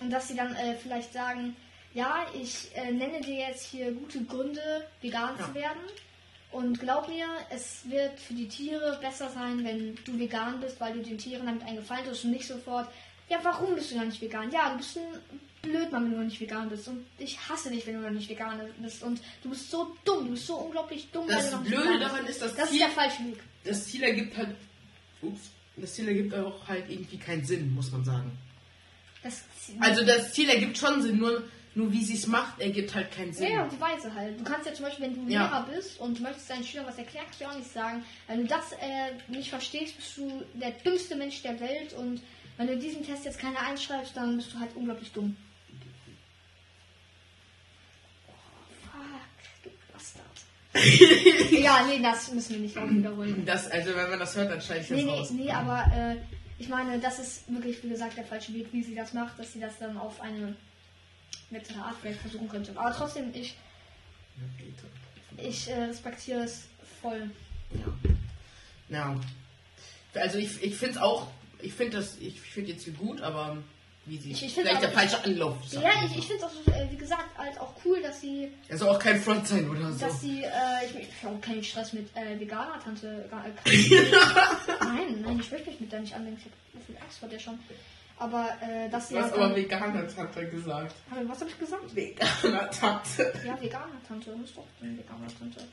Speaker 2: Und dass sie dann äh, vielleicht sagen, ja, ich äh, nenne dir jetzt hier gute Gründe, vegan
Speaker 1: Ja.
Speaker 2: zu werden. Und glaub mir, es wird für die Tiere besser sein, wenn du vegan bist, weil du den Tieren damit eingefallen tust und nicht sofort, ja, warum bist du noch nicht vegan? Ja, du bist ein Blödmann, wenn du noch nicht vegan bist. Und ich hasse dich, wenn du noch nicht vegan bist. Und du bist so dumm, du bist so unglaublich dumm, weil
Speaker 1: Das
Speaker 2: du noch nicht
Speaker 1: Blöde
Speaker 2: vegan
Speaker 1: daran ist, dass
Speaker 2: bist. Das ist
Speaker 1: Tier-
Speaker 2: der falsche Weg.
Speaker 1: das Ziel ergibt halt. Ups, das Ziel ergibt auch halt irgendwie keinen Sinn, muss man sagen.
Speaker 2: Mhm. Das
Speaker 1: Also das Ziel ergibt schon Sinn, nur, nur wie sie es macht, ergibt halt keinen
Speaker 2: ja,
Speaker 1: Sinn.
Speaker 2: ja, die Weise halt. Du kannst ja zum Beispiel, wenn du
Speaker 1: Ja.
Speaker 2: Lehrer bist und du möchtest deinen Schülern was erklären, kannst du auch nicht sagen, wenn du das äh, nicht verstehst, bist du der dümmste Mensch der Welt und wenn du diesen Test jetzt keiner einschreibst, dann bist du halt unglaublich dumm. Oh, fuck, du Bastard. ja, nee, das müssen wir nicht auch wiederholen.
Speaker 1: Das, also wenn man das hört, dann schneide ich das
Speaker 2: Nee, nee,
Speaker 1: raus.
Speaker 2: nee, aber äh, ich meine, das ist wirklich, wie gesagt, der falsche Weg, wie sie das macht, dass sie das dann auf eine nettere Art vielleicht versuchen könnte. Aber trotzdem, ich, ich äh, respektiere es voll.
Speaker 1: Ja. Also ich, ich finde es auch, ich finde das, ich finde jetzt gut, aber wie sie
Speaker 2: Ich- ich find's
Speaker 1: vielleicht der
Speaker 2: aber-
Speaker 1: falsche Anlauf. ist.
Speaker 2: Ja, ich, ich finde es auch, äh, wie gesagt, halt auch cool, dass sie,
Speaker 1: Er soll auch kein Front sein oder so.
Speaker 2: dass sie, äh, ich, ich habe auch keinen Stress mit äh, veganer Tante. äh, nein, nein, ich möchte mich mit der nicht anlegen, ich habe so viel Angst vor der schon. Aber äh, dass sie.
Speaker 1: Du hast
Speaker 2: halt
Speaker 1: aber
Speaker 2: dann-
Speaker 1: Veganer Tante gesagt.
Speaker 2: Hab ich- was habe ich gesagt?
Speaker 1: Veganer Tante.
Speaker 2: Ja, veganer Tante, ist doch eine veganer Tante.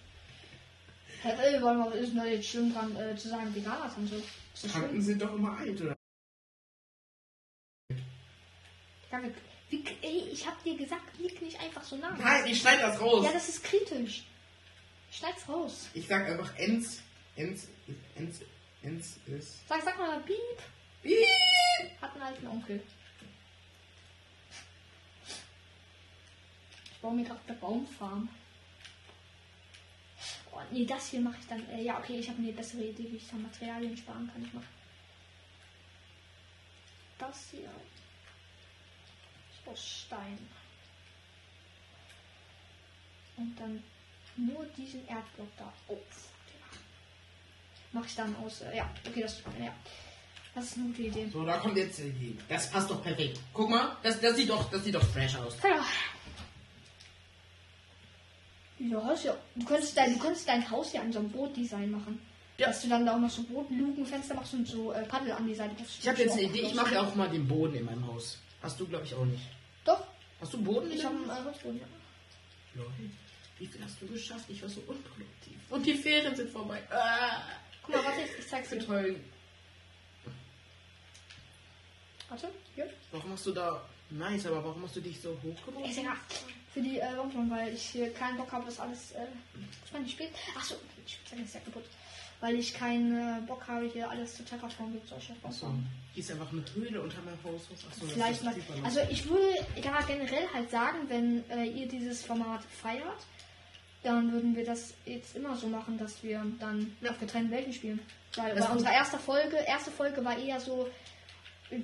Speaker 2: Herr Will, warum ist denn da jetzt schlimm dran äh, zu sagen, veganer Tante? Ist das
Speaker 1: Tanten
Speaker 2: schlimm?
Speaker 1: sind doch immer alt, oder?
Speaker 2: Ja, wie, wie, ey, ich hab dir gesagt, lieg nicht einfach so nah.
Speaker 1: Nein, ich schneide das raus.
Speaker 2: Ja, das ist kritisch. Schneid's raus.
Speaker 1: Ich sag einfach Enz, Enz, Enz, Enz ist.
Speaker 2: Sag, sag mal, Piep.
Speaker 1: Piep.
Speaker 2: Hat einen alten Onkel. Ich baue mir gerade eine Baumfarm. Oh, nee, das hier mache ich dann. Äh, ja, okay, ich habe eine bessere Idee, wie ich da Materialien sparen kann. Ich mache das hier. Ich baue Stein. Und dann nur diesen Erdblock da. Oh, Mache ich dann aus. Äh, ja, okay, das, ja. das ist eine gute Idee.
Speaker 1: So, da kommt jetzt äh, die Idee. Das passt doch perfekt. Guck mal, das, das sieht doch, das sieht doch fresh aus.
Speaker 2: Ja. Ja, ist ja. Du könntest dein, du könntest dein Haus ja an so einem Bootdesign machen.
Speaker 1: Ja.
Speaker 2: Dass du dann da auch noch so Bootlukenfenster machst und so äh, Paddel an die Seite. Das
Speaker 1: Ich habe jetzt eine
Speaker 2: auch
Speaker 1: Idee, ich
Speaker 2: los.
Speaker 1: mache ja auch mal den Boden in meinem Haus. Hast du, glaube ich, auch nicht.
Speaker 2: Doch,
Speaker 1: Hast du Boden in
Speaker 2: ich habe
Speaker 1: deinem
Speaker 2: einen äh,
Speaker 1: Haus?
Speaker 2: Holzboden, ja.
Speaker 1: Leute, wie viel hast du geschafft? Ich war so unproduktiv. Und die Ferien sind vorbei. Ah,
Speaker 2: Guck mal, warte, ich, ich zeig's dir.
Speaker 1: toll.
Speaker 2: Warte, hier.
Speaker 1: Warum hast du da... Nice, aber warum hast du dich so hoch
Speaker 2: Ey,
Speaker 1: gemacht?
Speaker 2: Ist egal. Für die äh, Wampeln, weil ich hier keinen Bock habe, das alles. Äh, ich meine, ich spiele. Achso, ich zeige es ja kaputt. Weil ich keinen äh, Bock habe, hier alles zu Terraformen und solche
Speaker 1: Achso, hier ist einfach eine Höhle unter meinem Haus. Achso, das
Speaker 2: Vielleicht
Speaker 1: ist
Speaker 2: mal.
Speaker 1: super lustig.
Speaker 2: Also ich würde ja generell halt sagen, wenn äh, ihr dieses Format feiert, dann würden wir das jetzt immer so machen, dass wir dann auf getrennten Welten spielen. Weil
Speaker 1: Das
Speaker 2: bei unserer ersten Folge, erste Folge war eher so äh,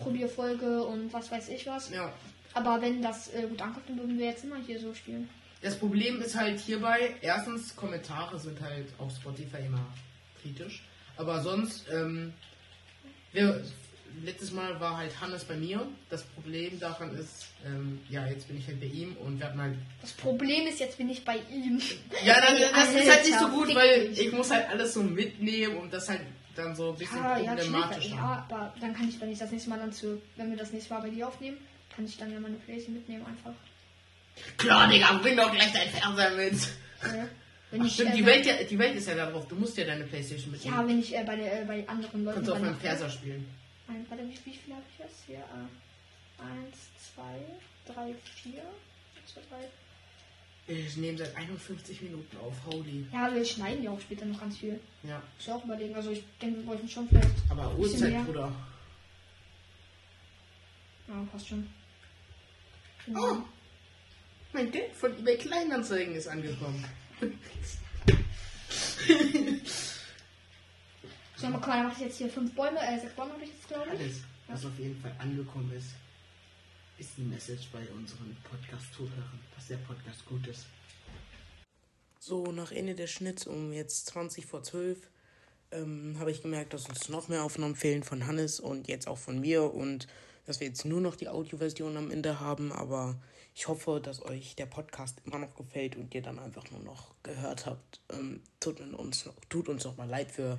Speaker 2: Ausprobierfolge und was weiß ich was.
Speaker 1: Ja,
Speaker 2: Aber wenn das äh, gut ankommt, dann würden wir jetzt immer hier so spielen.
Speaker 1: das Problem ist halt hierbei, erstens, Kommentare sind halt auf Spotify immer kritisch. Aber sonst, ähm, wir, letztes Mal war halt Hannes bei mir. Das Problem daran ist, ähm, ja, jetzt bin ich halt bei ihm und wir hatten halt.
Speaker 2: Das Problem ist, jetzt bin ich bei ihm.
Speaker 1: Ja, das, das ist halt nicht so
Speaker 2: Alter,
Speaker 1: gut,
Speaker 2: fick
Speaker 1: weil
Speaker 2: dich.
Speaker 1: ich muss halt alles so mitnehmen und das halt dann so ein bisschen
Speaker 2: Ah, Ja, ja,
Speaker 1: problematisch.
Speaker 2: schlechter. ja,
Speaker 1: dann.
Speaker 2: aber dann kann ich, wenn ich das nächste Mal dann zu, wenn wir das nächste Mal bei dir aufnehmen, kann ich dann ja meine Playstation mitnehmen einfach.
Speaker 1: Klar, Digga, bring doch gleich dein Fernseher mit.
Speaker 2: Äh, wenn
Speaker 1: Ach,
Speaker 2: ich,
Speaker 1: stimmt,
Speaker 2: äh,
Speaker 1: die
Speaker 2: bei-
Speaker 1: Welt, ja, die Welt ist ja da drauf. Du musst ja deine Playstation mitnehmen.
Speaker 2: Ja, ne? wenn ich äh, bei, der, äh, bei anderen Leuten.
Speaker 1: Kannst du auf meinem
Speaker 2: übernachte.
Speaker 1: Fernseher spielen.
Speaker 2: Ein, warte, wie, wie viel habe ich jetzt hier? Äh, eins, zwei, drei, vier. Eins, zwei, drei.
Speaker 1: Ich nehme seit 51 Minuten auf, Holy.
Speaker 2: Ja, also wir schneiden ja auch später noch ganz viel.
Speaker 1: Ja,
Speaker 2: Muss ich auch überlegen. Also ich denke, wir bräuchten schon vielleicht.
Speaker 1: aber
Speaker 2: ein bisschen
Speaker 1: Uhrzeit,
Speaker 2: mehr.
Speaker 1: Bruder.
Speaker 2: Ja, passt schon. Genau.
Speaker 1: Oh, mein Geld von eBay Kleinanzeigen ist angekommen.
Speaker 2: So, mal guck mal, dann mache ich jetzt hier fünf Bäume, äh, sechs Bäume habe ich jetzt, glaube ich.
Speaker 1: Alles, was auf jeden Fall angekommen ist, ist die Message bei unseren Podcast-Zuhörern, dass der Podcast gut ist.
Speaker 4: So, nach Ende des Schnitts um jetzt 20 vor 12 ähm, habe ich gemerkt, dass uns noch mehr Aufnahmen fehlen von Hannes und jetzt auch von mir und dass wir jetzt nur noch die Audioversion am Ende haben. Aber ich hoffe, dass euch der Podcast immer noch gefällt und ihr dann einfach nur noch gehört habt. Ähm, tut, in uns, tut uns noch mal leid für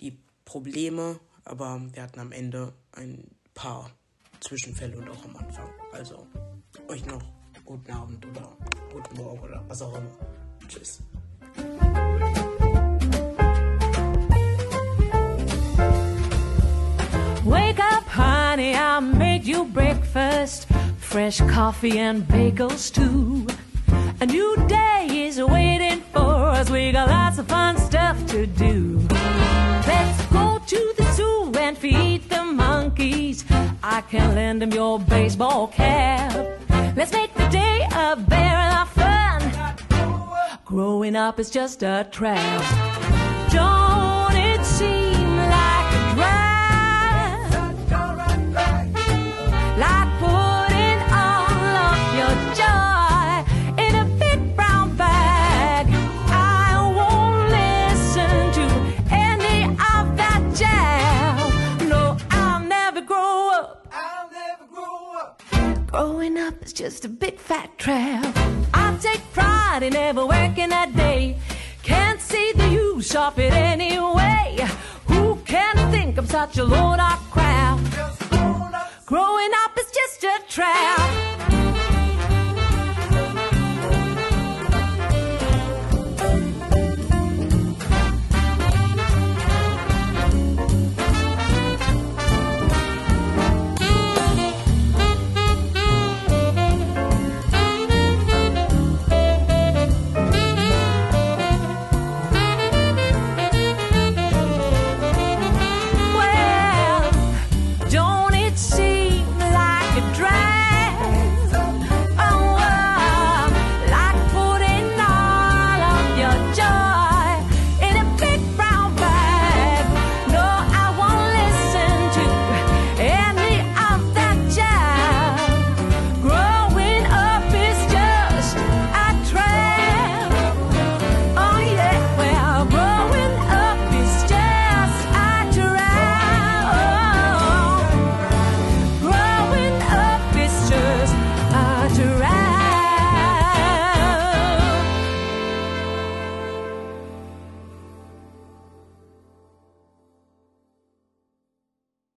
Speaker 4: die Probleme, aber wir hatten am Ende ein paar Zwischenfälle und auch am Anfang. Also euch noch guten Abend oder guten Morgen oder was auch immer. Tschüss.
Speaker 5: Wake up, honey, I made you breakfast. Fresh coffee and bagels, too. A new day is waiting for us. We got lots of fun stuff to do. Let's go to the zoo and feed the monkeys. I can lend them your baseball cap. Let's make the day a barren of fun. Growing up is just a trap. Don't it seem like a drag? Like putting all of your joy in a big brown bag. I won't listen to any of that jazz. No, I'll never grow up. Growing up is just a big fat trap. I take pride in never working a day. Can't see the use of it anyway. Who can think I'm such a load of crap? Growing up is just a trap. Oh,